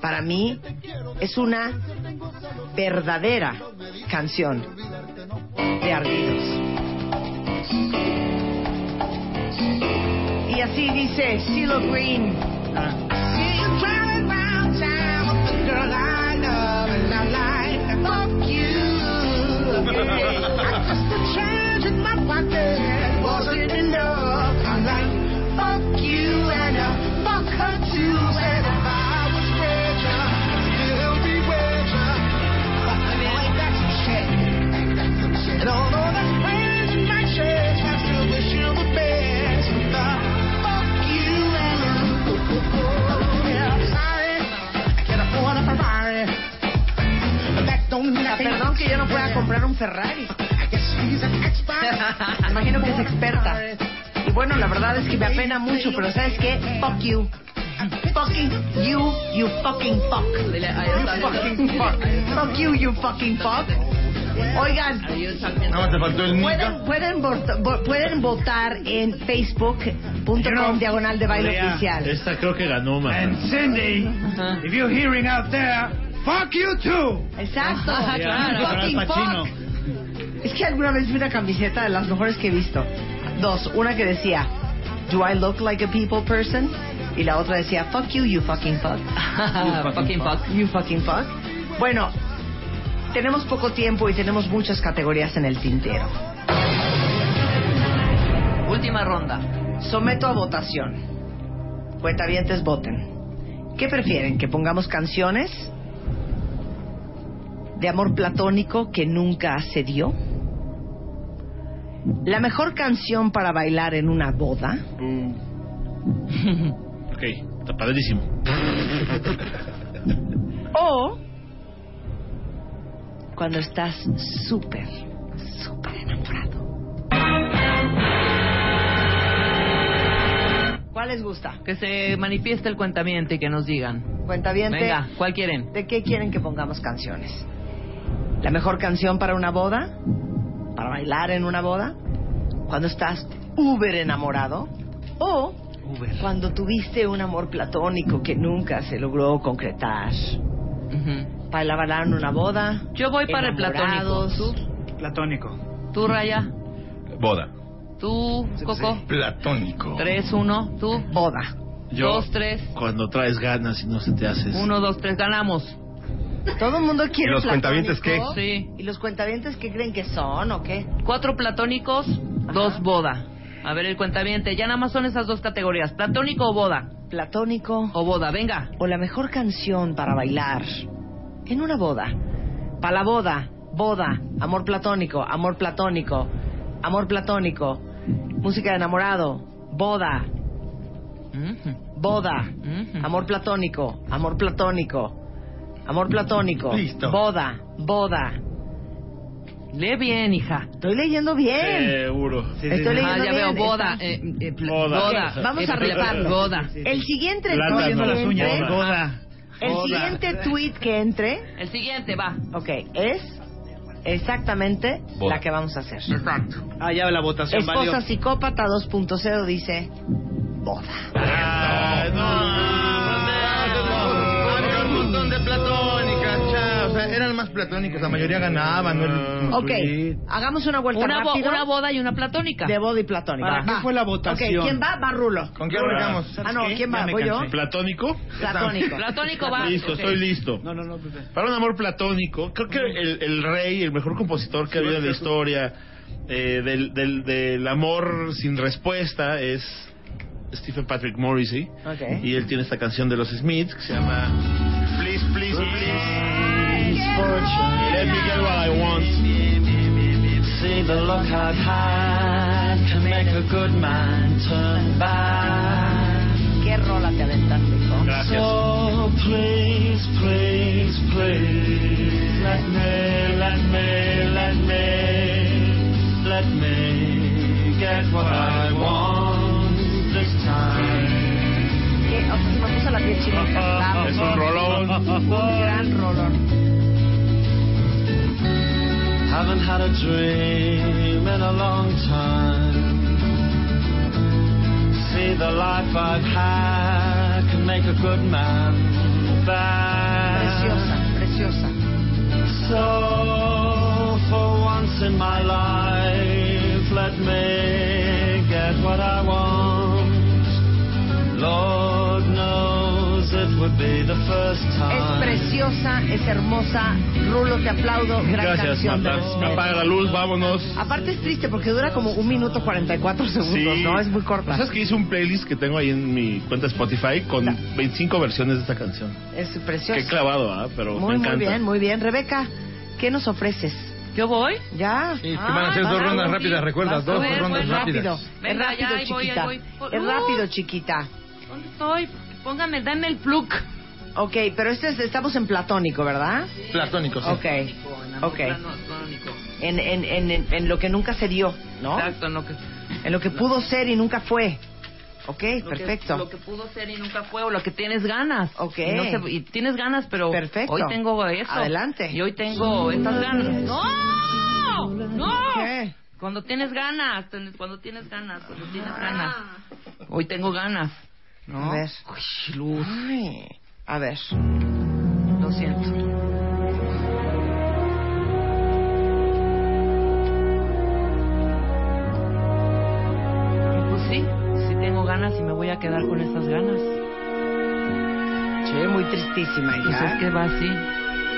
para mí, es una verdadera canción de Ardidos. Y así dice Silo Green. And although that's prayers in my chest, I still wish you the best. But fuck you and yeah, I'm sorry. I can't afford a Ferrari. But that don't mean I think Ah, Perdón que yo no pueda comprar un Ferrari. Me Imagino que es experta. Y bueno, la verdad es que me apena mucho, pero ¿sabes qué? Fuck you. Fucking you, you fucking fuck. You fucking fuck. Fuck you, you fucking fuck. Oigan, Nada más te faltó el pueden, pueden, vota- vo- pueden votar en facebook.com diagonal de baile Lea, oficial. Esta creo que ganó, man. Cindy, if you're hearing out there, fuck you too. Exacto. Ah, claro. Fucking Al Pacino. fuck. Es que alguna vez vi una camiseta de las mejores que he visto. Dos, una que decía, Do I look like a people person? Y la otra decía, Fuck you, you fucking fuck. You fucking fuck. You fucking fuck. Bueno, tenemos poco tiempo y tenemos muchas categorías en el tintero. Última ronda. Someto a votación. Cuentavientes voten. ¿Qué prefieren? ¿Que pongamos canciones de amor platónico que nunca se dio? ¿La mejor canción para bailar en una boda? Ok, está padrísimo. ¿O cuando estás súper, súper enamorado? ¿Cuál les gusta? Que se manifieste el cuentamiento y que nos digan. Cuentaviente. Venga, ¿cuál quieren? ¿De qué quieren que pongamos canciones? ¿La mejor canción para una boda? ¿Para bailar en una boda? ¿Cuando estás uber enamorado? ¿O cuando tuviste un amor platónico que nunca se logró concretar? ¿Para la bailar en una boda? Yo voy para el platónico. Enamorados. ¿Tú? Platónico. ¿Tú, Raya? Boda. ¿Tú, Coco? Platónico. 3-1. ¿Tú? Boda. Yo, 2-3. Cuando traes ganas y no se te haces. 1-2-3. Ganamos. Todo el mundo quiere ¿Y los platónico? cuentavientes qué? Sí. ¿Y los cuentavientes qué creen que son o qué? Cuatro platónicos, dos boda. A ver, el cuentaviente. Ya nada más son esas dos categorías. ¿Platónico o boda? Platónico. O boda, venga. o la mejor canción para bailar en una boda. Para la boda, boda, amor platónico, amor platónico, amor platónico, música de enamorado, boda, boda, amor platónico, amor platónico, amor platónico, Listo. boda, boda. Lee bien, hija. Estoy leyendo bien. Seguro. Estoy leyendo ah, ya bien. veo, boda. Está- eh, eh, pla- Boda. boda. Ok, vamos Eh, a pla- retarlo. Boda. El siguiente tweet Plátano. que Las uñas. entre- Boda. El Boda. siguiente tweet que entre El siguiente va. Ok, es exactamente Boda. la que vamos a hacer. Exacto. Ah, ya la votación Esposa valió. psicópata 2.0 dice boda. Había un montón de platónicas, cha. O sea, eran más platónicos. La mayoría ganaban. ¿no? El- Ok, hagamos una vuelta Una, bo- rápido. una boda y una platónica. De boda y platónica. ¿Para qué Va. fue la votación? Ok, ¿quién va? Va Rulo. ¿Con quién arrancamos? Ah, no, ¿quién va? me ¿Voy yo? cansé. ¿Platónico? Platónico. Platónico va. Listo, Ok. estoy listo. No, no, no. Para un amor platónico, creo que el, el rey, el mejor compositor que ha habido en la historia eh, del, del, del amor sin respuesta es Stephen Patrick Morrissey. Ok. Y él tiene esta canción de los Smiths que se llama Please, please, please. Let me get what I want. See the look I've had to make a good man turn back. ¿Qué rola te aventaste, hijo? So please, please, please, let me, let me, let me, let me get what I want this time. ¿Qué? Oh, se me puso la piel chinita. Bravo. Ah, Es un rolón. Un gran rolón. Haven't had a dream in a long time. See the life I've had can make a good man Preciosa, bad. preciosa. So for once in my life, let me get what I want. Lord knows it would be the first Es time. preciosa, es hermosa. Rulo, te aplaudo. Gran Gracias, canción. de Marta. los Smiths. Apaga la luz, vámonos. Aparte es triste porque dura como un minuto 44 segundos, ¿no? Es muy corta. Pues Pues ¿Sabes que hice un playlist que tengo ahí en mi cuenta Spotify con 25 versiones de esta canción? Es preciosa. Qué clavado, ¿ah? Pero me Muy, encanta. muy bien, muy bien. Rebeca, ¿qué nos ofreces? ¿Yo voy? Ya. Sí, es que van a Ah, ser dos rondas rápidas, recuerda, Vas, dos a ver, rondas pues, rápido. rápidas. Es Venga, rápido, ya, ahí voy, chiquita. ahí voy. Es Uh. rápido, chiquita. ¿Dónde estoy? Póngame, dame el plug. Ok, pero este es- estamos en platónico, ¿verdad? Platónico, sí. Ok, ok. En, en, en, en, en lo que nunca se dio, ¿no? Exacto, en lo que... En lo que pudo ser y nunca fue. Ok, lo que- perfecto. lo que pudo ser y nunca fue, o lo que tienes ganas. Ok. Y, no se- y tienes ganas, pero Perfecto. hoy tengo eso. Adelante. Y hoy tengo estas ganas. ¡No! ¡No! Cuando tienes ganas, ten- cuando tienes ganas, Ah. cuando tienes ganas. Hoy tengo ganas. ¿No? A ver. Uy, luz. A ver. Lo siento. Pues sí, sí tengo ganas y me voy a quedar con esas ganas. Che, muy tristísima Pues es que va así.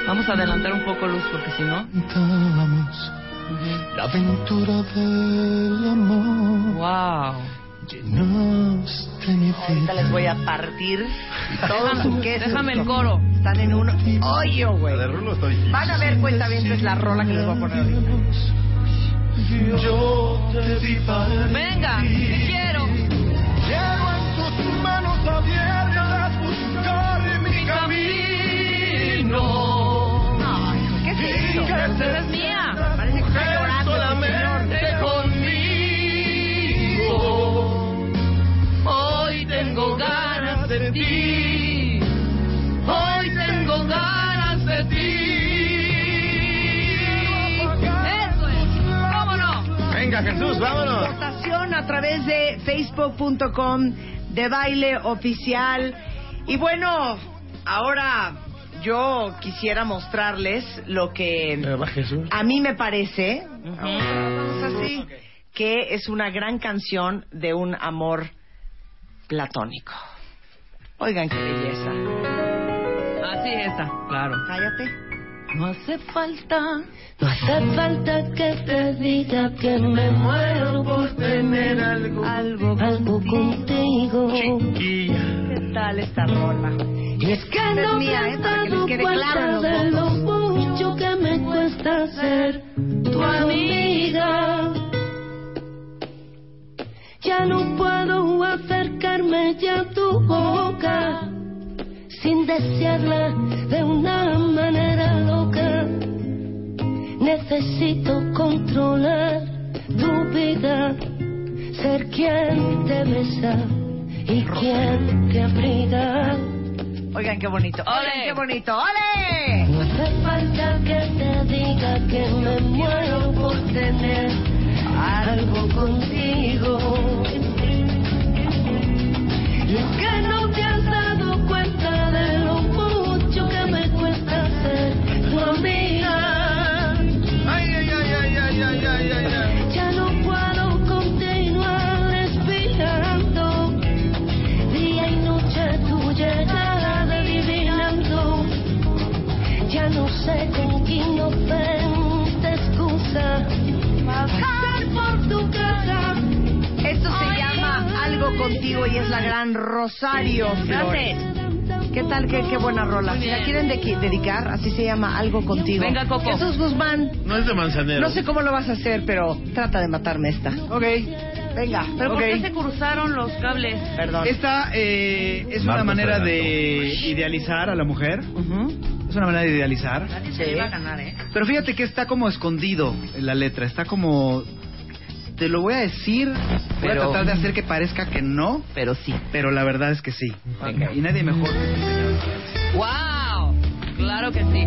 Vamos a adelantar un poco luz porque si no. Vamos, la aventura del amor. Wow. Llenaste mi Ahorita les voy a partir todo su queso. déjame el coro. Están en un hoyo, güey. Van a ver cuenta bien, es la rola que les voy a poner ahorita. Yo te vi partir. Venga, te quiero. Quiero en tus manos abiertas buscar mi camino. ¿Qué es Y eso? que te Esa es mía. Parece que está mujer llorando. solamente conmigo. Hoy tengo ganas de ti. Hoy tengo ganas de ti. Eso es. ¿Cómo no? Venga, Jesús, vámonos. Votación a través de facebook.com de baile oficial. Y bueno, ahora yo quisiera mostrarles lo que a mí me parece así, que es una gran canción de un amor platónico. Oigan qué belleza. Así está, claro. Cállate. No hace falta. No hace falta que te diga que me muero por tener algo, algo, contigo. ¿Qué tal esta rola? Y es que Esta es no mía, me ¿eh? has Para que les dado quede cuenta claro a los de lo mucho que me cuesta ser tu amiga. Ya no puedo acercarme ya a tu boca sin desearla de una manera loca. Necesito controlar tu vida, ser quien te besa y quien te abriga. Oigan qué bonito. Oigan qué bonito. No ¡Ole! hace falta que te diga que me muero por tener algo contigo. Y es que no te has dado cuenta de lo mucho que me cuesta ser tu amiga. Ay, ay, ay, ay, ay, ay, ay, ay, ay. Ya no puedo continuar respirando. Día y noche tu llegada adivinando. Ya no sé con qué inocente excusa pasar por tu casa. Esto se llama Algo Contigo y es la gran Rosario Flores. ¿Qué tal? Qué, qué buena rola. Si la quieren de- dedicar, así se llama Algo Contigo. Venga, Coco. Jesús Guzmán, No es de manzanero. no sé cómo lo vas a hacer, pero trata de matarme esta. Ok. Venga. ¿Pero ok. por qué se cruzaron los cables? Perdón. Esta eh, es una Marta manera Fernando. de idealizar a la mujer. Es una manera de idealizar. Nadie se le iba a ganar, ¿eh? Pero fíjate que está como escondido en la letra. Está como. Te lo voy a decir. Voy Pero- a tratar de hacer que parezca que no. Pero sí. Pero la verdad es que sí. Y nadie mejor. ¡Wow! Claro que sí.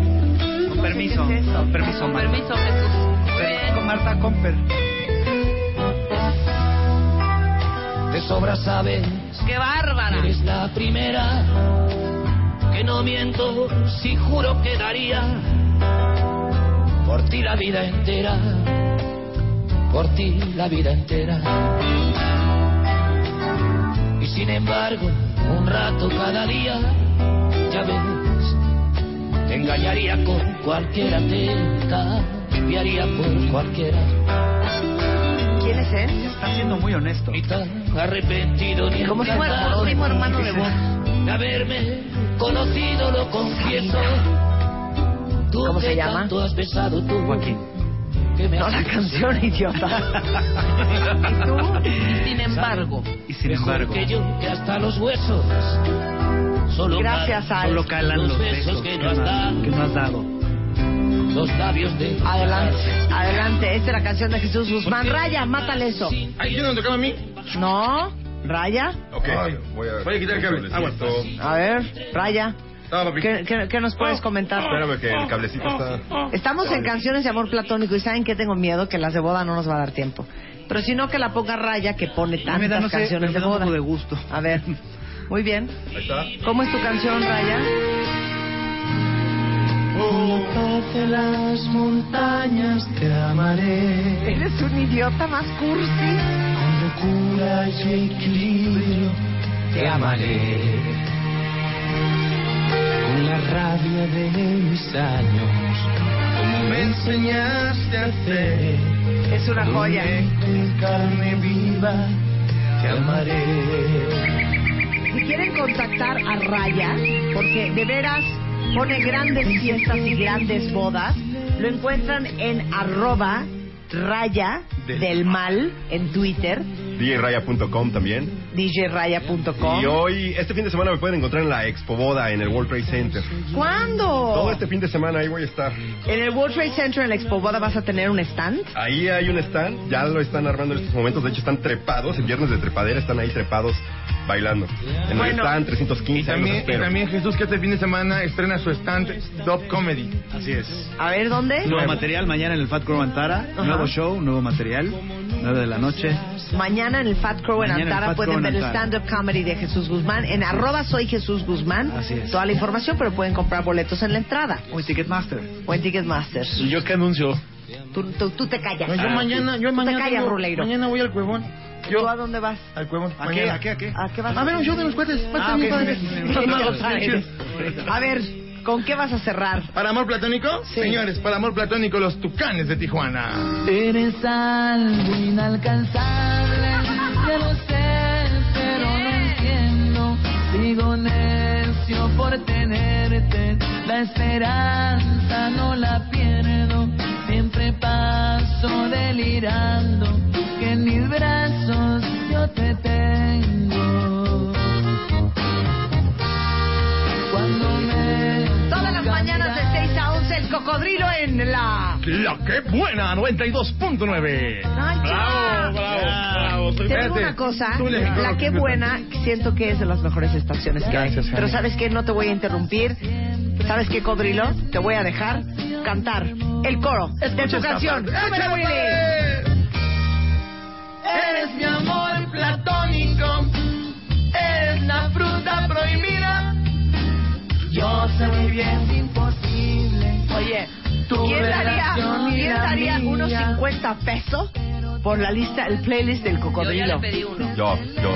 Con permiso. Con permiso, Con Marta. permiso, Jesús. Muy bien. Con Marta Comper. De sobra sabes ¡Qué bárbara! Eres la primera que no miento si juro que daría por ti la vida entera, por ti la vida entera. Y sin embargo, un rato cada día, ya ves, te engañaría con cualquiera, te cambiaría por cualquiera. ¿Quién es él? Está siendo muy honesto. arrepentido ni Como si fuera encantado primo de hermano de conocer- de haberme conocido lo confieso tú ¿Cómo que se llama? tanto has besado tú Joaquín que me No, has la canción, idiota. Y sin embargo, Y sin embargo. que yo que hasta los huesos solo Gracias, calan- Al. solo Calan los besos que que no no has dado has dado. los labios de Adelante. Adelante. Esta es la canción de Jesús Guzmán. Raya, mátale eso. ¿Ahí tienen donde tocaba a mí? No. Raya. Ok, voy, a, voy a quitar el cable. Aguanta. A ver. Raya. ¿Qué, qué- qué nos puedes comentar? Ah, Espérame que el cablecito está... Estamos en canciones de amor platónico y ¿saben qué tengo miedo? Que las de boda no nos va a dar tiempo. Pero si no, que la ponga Raya, que pone me da, tantas no sé, canciones me de da un boda. poco de gusto. A ver, muy bien. Ahí está. ¿Cómo es tu canción, Raya? de las montañas te amaré. Eres un idiota más cursi. Con locura y equilibrio te amaré. Con la rabia de mis años, como me enseñaste a hacer. Es una joya. ¿eh? Con carne viva te amaré. Si quieren contactar a Raya, porque de veras pone grandes fiestas y grandes bodas, lo encuentran en arroba Raya del Mal en Twitter, DJRaya.com también. djraya.com. Y hoy, este fin de semana me pueden encontrar en la Expo Boda, en el World Trade Center. Todo ¿Cuándo? este fin de semana ahí voy a estar. En el World Trade Center, en la Expo Boda, vas a tener un stand. Ahí hay un stand, ya lo están armando en estos momentos. De hecho, están trepados. El viernes de trepadera están ahí trepados bailando. En el Bueno. stand 315. Y ahí los también, y espero. también Jesús que este fin de semana estrena su stand Dop Comedy. Así es. A ver, ¿dónde? Nuevo material mañana en el Fat Crow Antara. Nuevo show, nuevo material. 9 de la noche. Mañana en el Fat Crow en Mañana en el Antara Fat pueden Crow en ver el Antara. stand-up comedy de Jesús Guzmán. En arroba soy Jesús Guzmán. Toda la información, pero pueden comprar boletos en la entrada. O en Ticketmaster. O en Ticketmaster. ¿Y Pues, yo qué anuncio? Tú, tú- tú te callas. No, yo mañana- yo Tú mañana te callas, tengo- Ruleiro. mañana voy al cuevón. ¿Tú a dónde vas? Al cuevón. ¿A Mañana. qué? ¿A qué? ¿A qué vas? A ver, un show de los cuates. Ah, Pásale, ok, mi padre. muy bien, muy bien. No lo sabes. A ver, ¿con qué vas a cerrar? ¿Para amor platónico? Señores, para amor platónico, los tucanes de Tijuana. Eres algo inalcanzable, ya lo sé, pero no entiendo. Sigo necio por tenerte, la esperanza no la pierdo. Siempre paso delirando, que en mis brazos yo te tengo. Cuando me Todas las mañanas de 6 a 11, el cocodrilo en la... La que buena, 92.9. Ay, ya. Bravo, bravo, bravo. Te Soy- digo Espérate. una cosa, Tú le- la que buena, siento que es de las mejores estaciones que hay. Gracias, Jaime. Pero ¿sabes qué? No te voy a interrumpir. ¿Sabes qué, Codrilo? Te voy a dejar cantar el coro de Escucha tu esta canción. parte. ¡Súbele, ¡Échale, Willy! Eres mi amor platónico, eres la fruta prohibida. Yo sé muy bien que imposible. Oye, tu ¿Quién daría, relación y quién la daría mía. unos 50 pesos por la lista, el playlist del Cocodrilo? Yo ya le pedí uno. Yo, yo.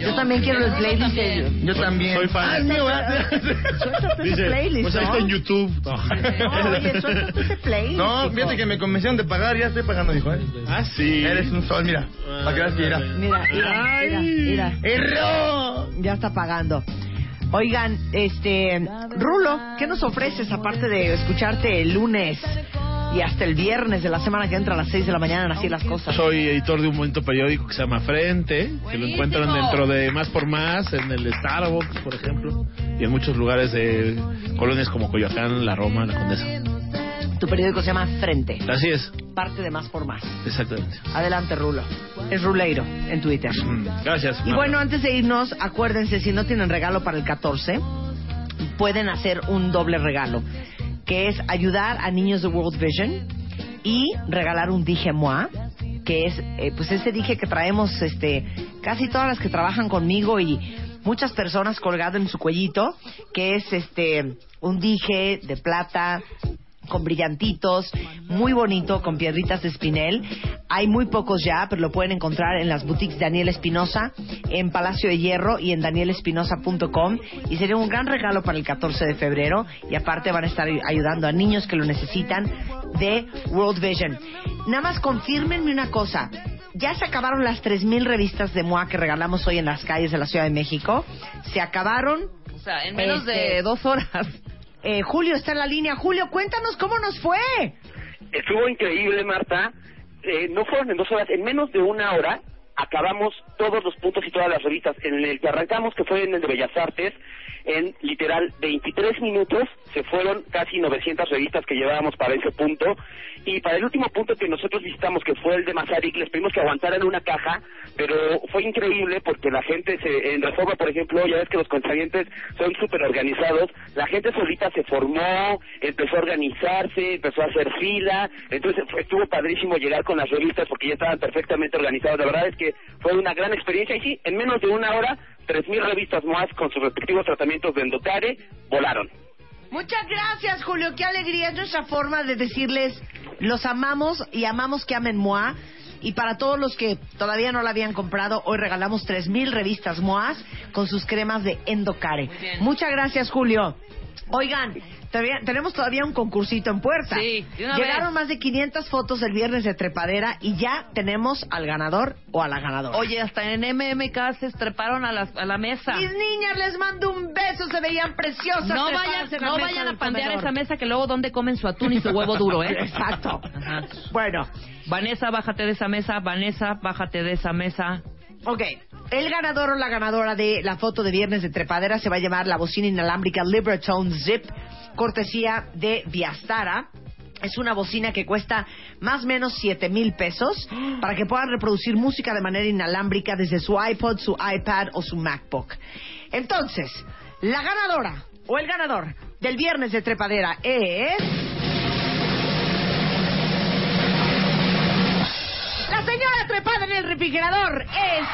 Yo también quiero el playlist de Yo también. Soy fan. Ay, mío, Suéltate ese playlist, pues ahí ¿no? está en YouTube. No, oye, suéltate ese playlist. No, hijo. fíjate que me convencieron de pagar, ya estoy pagando, dijo él. Ah, sí. Eres un sol, mira. Para que veas que era. Mira, mira, mira, mira. ¡Error! Ya está pagando. Oigan, este, Rulo, ¿qué nos ofreces aparte de escucharte el lunes y hasta el viernes de la semana que entra a las 6 de la mañana en Así las Cosas? Soy editor de un bonito periódico que se llama Frente, que lo encuentran dentro de Más por Más, en el Starbucks, por ejemplo, y en muchos lugares de colonias como Coyoacán, La Roma, La Condesa. Tu periódico se llama Frente, Así es, parte de Más por Más. exactamente. Adelante, Rulo. Es Ruleiro en Twitter. Gracias. Y Mar. bueno, antes de irnos, acuérdense, si no tienen regalo para el 14, pueden hacer un doble regalo, que es ayudar a niños de World Vision y regalar un dije moi, que es eh, pues ese dije que traemos este casi todas las que trabajan conmigo y muchas personas colgado en su cuellito, que es este un dije de plata con brillantitos, muy bonito, con piedritas de espinel. Hay muy pocos ya, pero lo pueden encontrar en las boutiques Daniel Espinosa, en Palacio de Hierro y en danielespinosa.com. Y sería un gran regalo para el 14 de febrero. Y aparte van a estar ayudando a niños que lo necesitan de World Vision. Nada más confírmenme una cosa. Ya se acabaron las 3.000 revistas de MOA que regalamos hoy en las calles de la Ciudad de México. Se acabaron. O sea, en menos Este, de dos horas. Eh, Julio está en la línea. Julio, cuéntanos cómo nos fue. Estuvo increíble, Marta. Eh, no fueron en dos horas, en menos de una hora acabamos todos los puntos y todas las revistas. En el que arrancamos, que fue en el de Bellas Artes, en literal 23 minutos se fueron casi 900 revistas que llevábamos para ese punto. Y para el último punto que nosotros visitamos, que fue el de Mazarik, les pedimos que aguantaran una caja, pero fue increíble porque la gente se, en Reforma, por ejemplo, ya ves que los conscientes son súper organizados, la gente solita se formó, empezó a organizarse, empezó a hacer fila, entonces fue- estuvo padrísimo llegar con las revistas porque ya estaban perfectamente organizadas. La verdad es que fue una gran experiencia y sí, en menos de una hora, 3.000 revistas más con sus respectivos tratamientos de endocare volaron. Muchas gracias, Julio. Qué alegría. Es nuestra forma de decirles, los amamos y amamos que amen MOA. Y para todos los que todavía no la habían comprado, hoy regalamos 3.000 revistas MOAS con sus cremas de Endocare. Muchas gracias, Julio. Oigan, todavía- tenemos todavía un concursito en puerta. Sí, de una Llegaron vez. más de 500 fotos el viernes de trepadera y ya tenemos al ganador o a la ganadora. Oye, hasta en MMK se estreparon a, las- a la mesa. Mis niñas, les mando un beso, se veían preciosas. No vayan, Prepárense en la no mesa vayan del a pandear comedor. esa mesa que luego donde comen su atún y su huevo duro, ¿eh? Exacto. Bueno. Vanessa, bájate de esa mesa. Vanessa, bájate de esa mesa. Ok, el ganador o la ganadora de la foto de viernes de trepadera se va a llevar la bocina inalámbrica Libertone Zip, cortesía de Viastara. Es una bocina que cuesta más o menos 7 mil pesos para que puedan reproducir música de manera inalámbrica desde su iPod, su iPad o su MacBook. Entonces, la ganadora o el ganador del viernes de trepadera es... La señora trepada en el refrigerador es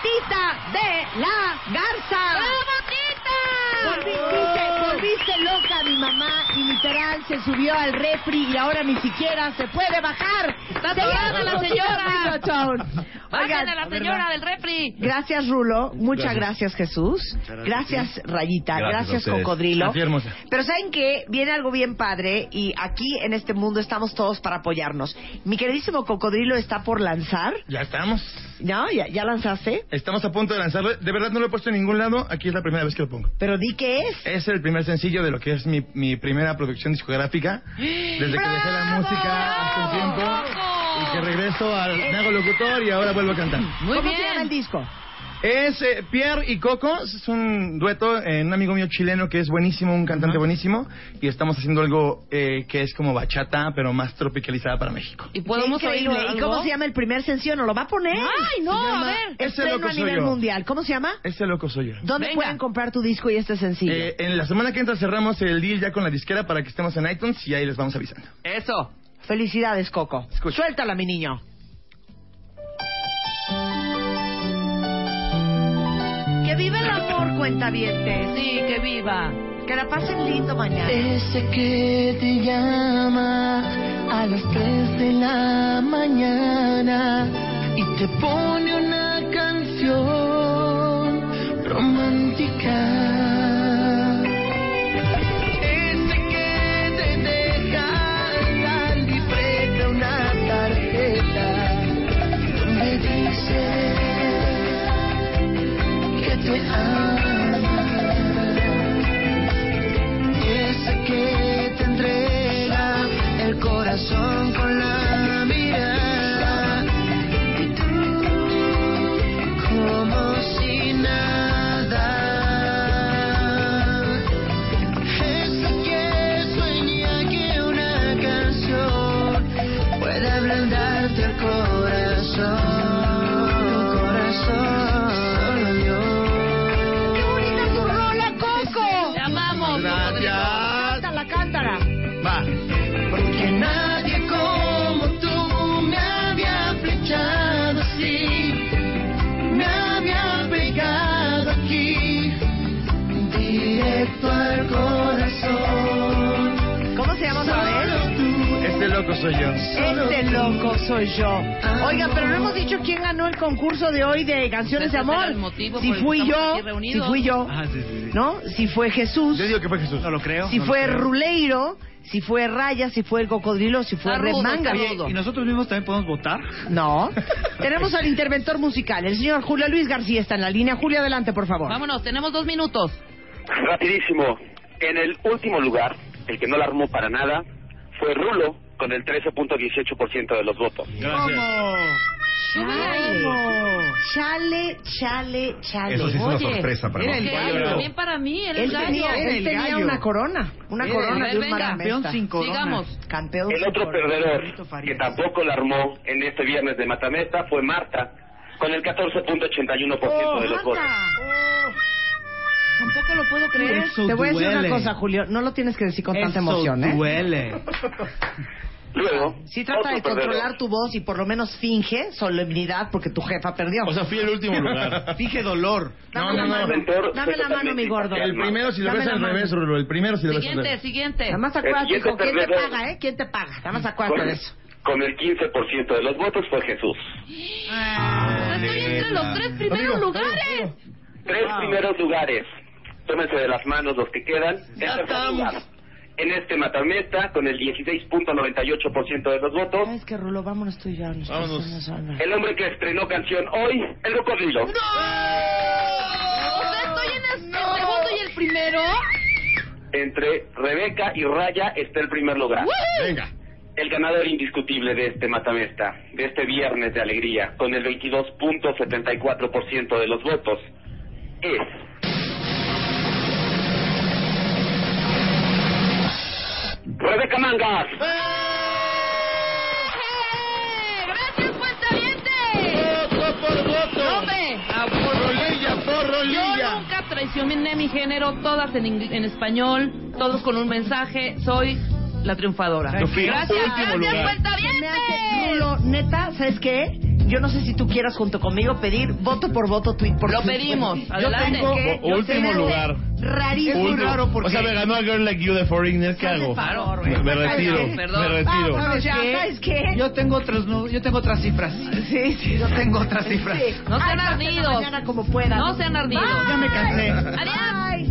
Tita de la Garza. ¡Vamos, Tita! Volviste, volviste loca a mi mamá y literal se subió al refri y ahora ni siquiera se puede bajar. ¡Está Se atorada llama la Lucía señora! Picochón. Oigan, Bájenle a la señora del refri. Gracias, Rulo. Muchas gracias, Jesús. gracias. Gracias, Rayita. Gracias a Gracias, ustedes. Cocodrilo. A ti, hermosa. Pero ¿saben que Viene algo bien padre y aquí en este mundo estamos todos para apoyarnos. Mi queridísimo Cocodrilo está por lanzar. Ya estamos. ¿No? ¿Ya, ya lanzaste? Estamos a punto de lanzarlo. De verdad no lo he puesto en ningún lado. Aquí es la primera vez que lo pongo. Pero di qué es. Es el primer sencillo de lo que es mi, mi primera producción discográfica. Desde que dejé la música hace un tiempo. Y que regreso al... Me hago locutor y ahora vuelvo a cantar. ¿Cómo se llama el disco? Es eh, Pierre y Coco, es un dueto, eh, un amigo mío chileno que es buenísimo, un cantante buenísimo, y estamos haciendo algo eh, que es como bachata, pero más tropicalizada para México. ¿Y podemos Increíble. oírlo algo? ¿Y cómo se llama el primer sencillo? ¿No lo va a poner? Ay, no, Se llama a ver. Es Ese pleno loco a soy nivel yo. mundial. ¿Cómo se llama? Este loco soy yo. ¿Dónde pueden comprar tu disco y este sencillo? Eh, en la semana que entra cerramos el deal ya con la disquera para que estemos en iTunes y ahí les vamos avisando. Eso. Felicidades, Coco. Suéltala, mi niño. Que viva el amor, cuenta Sí, que viva. Que la pasen lindo mañana. Ese que te llama a las 3 de la mañana y te pone una canción romántica. Ese que te deja al libreta una tarjeta donde dice que te ama. Ese que te entrega el corazón con la mirada y tú como si nada. Ese que sueña que una canción puede ablandarte el corazón, corazón solo yo. ¡Qué bonita tu rola, Coco! ¡Te amamos! Gracias. Cántala, cántala. Va. Porque nadie como tú me había flechado así, me había pegado aquí, directo al corazón. ¿Cómo se llama otra vez? Este loco soy yo. Este loco soy yo. Oiga, pero no hemos dicho quién ganó el concurso de hoy de canciones de Ese será amor. el motivo Si por el que fui estamos yo, aquí si reunidos. fui yo, Ah, ¿no? Si fue Jesús. Yo digo que fue Jesús. No lo creo. Si fue Ruleiro, si fue Raya, si fue el Cocodrilo, si fue Remanga. Oye, ¿Y nosotros mismos también podemos votar? No. Tenemos al interventor musical, el señor Julio Luis García está en la línea. Julio, adelante, por favor. Vámonos, tenemos dos minutos. Rapidísimo, en el último lugar, el que no la armó para nada, fue Rulo con el 13.18% de los votos. ¿Cómo? Ay, Chale, chale, chale. Eso sí es una sorpresa para mira mí. el Oye, gallo. bravo. También para mí, él Él, es gallo. tenía, él el tenía gallo. una corona. Una Era el corona de gallo. un maramesta. Campeón sin corona. Sigamos. Campeón El sin otro corona. perdedor que tampoco la armó en este viernes de Matamesta fue Marta, con el 14.81% de los votos. Tampoco lo puedo creer. Eso Te voy a decir duele. una cosa, Julio. No lo tienes que decir con tanta emoción, ¿eh? Luego, Si trata de controlar tu voz y por lo menos finge solemnidad porque tu jefa perdió. O sea, fui el último lugar. finge dolor. Dame la mano, dame la mano mi gordo. El primero si lo Dame ves la al mano. revés, Rulo. El primero si lo ves al revés. Siguiente, siguiente. Nada más acuérdate, El siguiente hijo, ¿quién te perdedor. paga, eh? ¿Quién te paga? Nada más acuérdate Con, de eso. con el 15% de los votos fue Jesús. Estoy entre los tres primeros lugares. Tres Wow. primeros lugares. Tómense de las manos los que quedan. En tercer estamos. lugar, En este Matamesta, con el 16.98% de los votos, Es que Rulo, vámonos tú y yo. nos Vámonos. pasamos a la- el hombre que estrenó canción hoy, el Cocodrilo. O sea, estoy en el, el segundo y el primero. Entre Rebeca y Raya está el primer lugar. Venga. El ganador indiscutible de este Matamesta, de este viernes de alegría, con el 22.74% de los votos, es... Rebeca Mangas. ¡Voto por voto! ¡Hombre! ¡Por rolilla, por rolilla! Yo nunca traicioné mi género, todas en, ingl- en español, todos con un mensaje. Soy la triunfadora. Yo fui Gracias, último gracias, lugar. Me hace- Rulo, neta, ¿sabes qué? Yo no sé si tú quieras junto conmigo pedir voto por voto, tweet por Lo tweet. pedimos. Yo Adelante. tengo ¿Qué? O- último lugar. Rarísimo. Último. O sea, me ganó a Girl Like You de Foreigner. ¿Qué hago? favor, me, me Ay, retiro. ay, perdón. Me retiro. Vámonos ya, ¿sabes qué? Yo tengo otros, nu- yo tengo otras cifras. Sí, sí. Yo tengo otras cifras. Sí. No sean Ay, pásate ardidos. mañana como puedan. No sean ardidos. Bye. Ya me cansé. Adiós.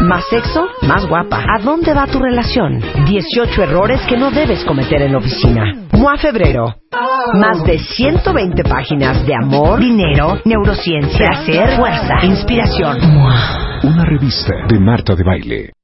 Más sexo, más guapa. ¿A dónde va tu relación? 18 errores que no debes cometer en la oficina. MOA Febrero. Más de 120 páginas de amor, dinero, neurociencia, placer, fuerza, inspiración. Una revista de Marta de Baile.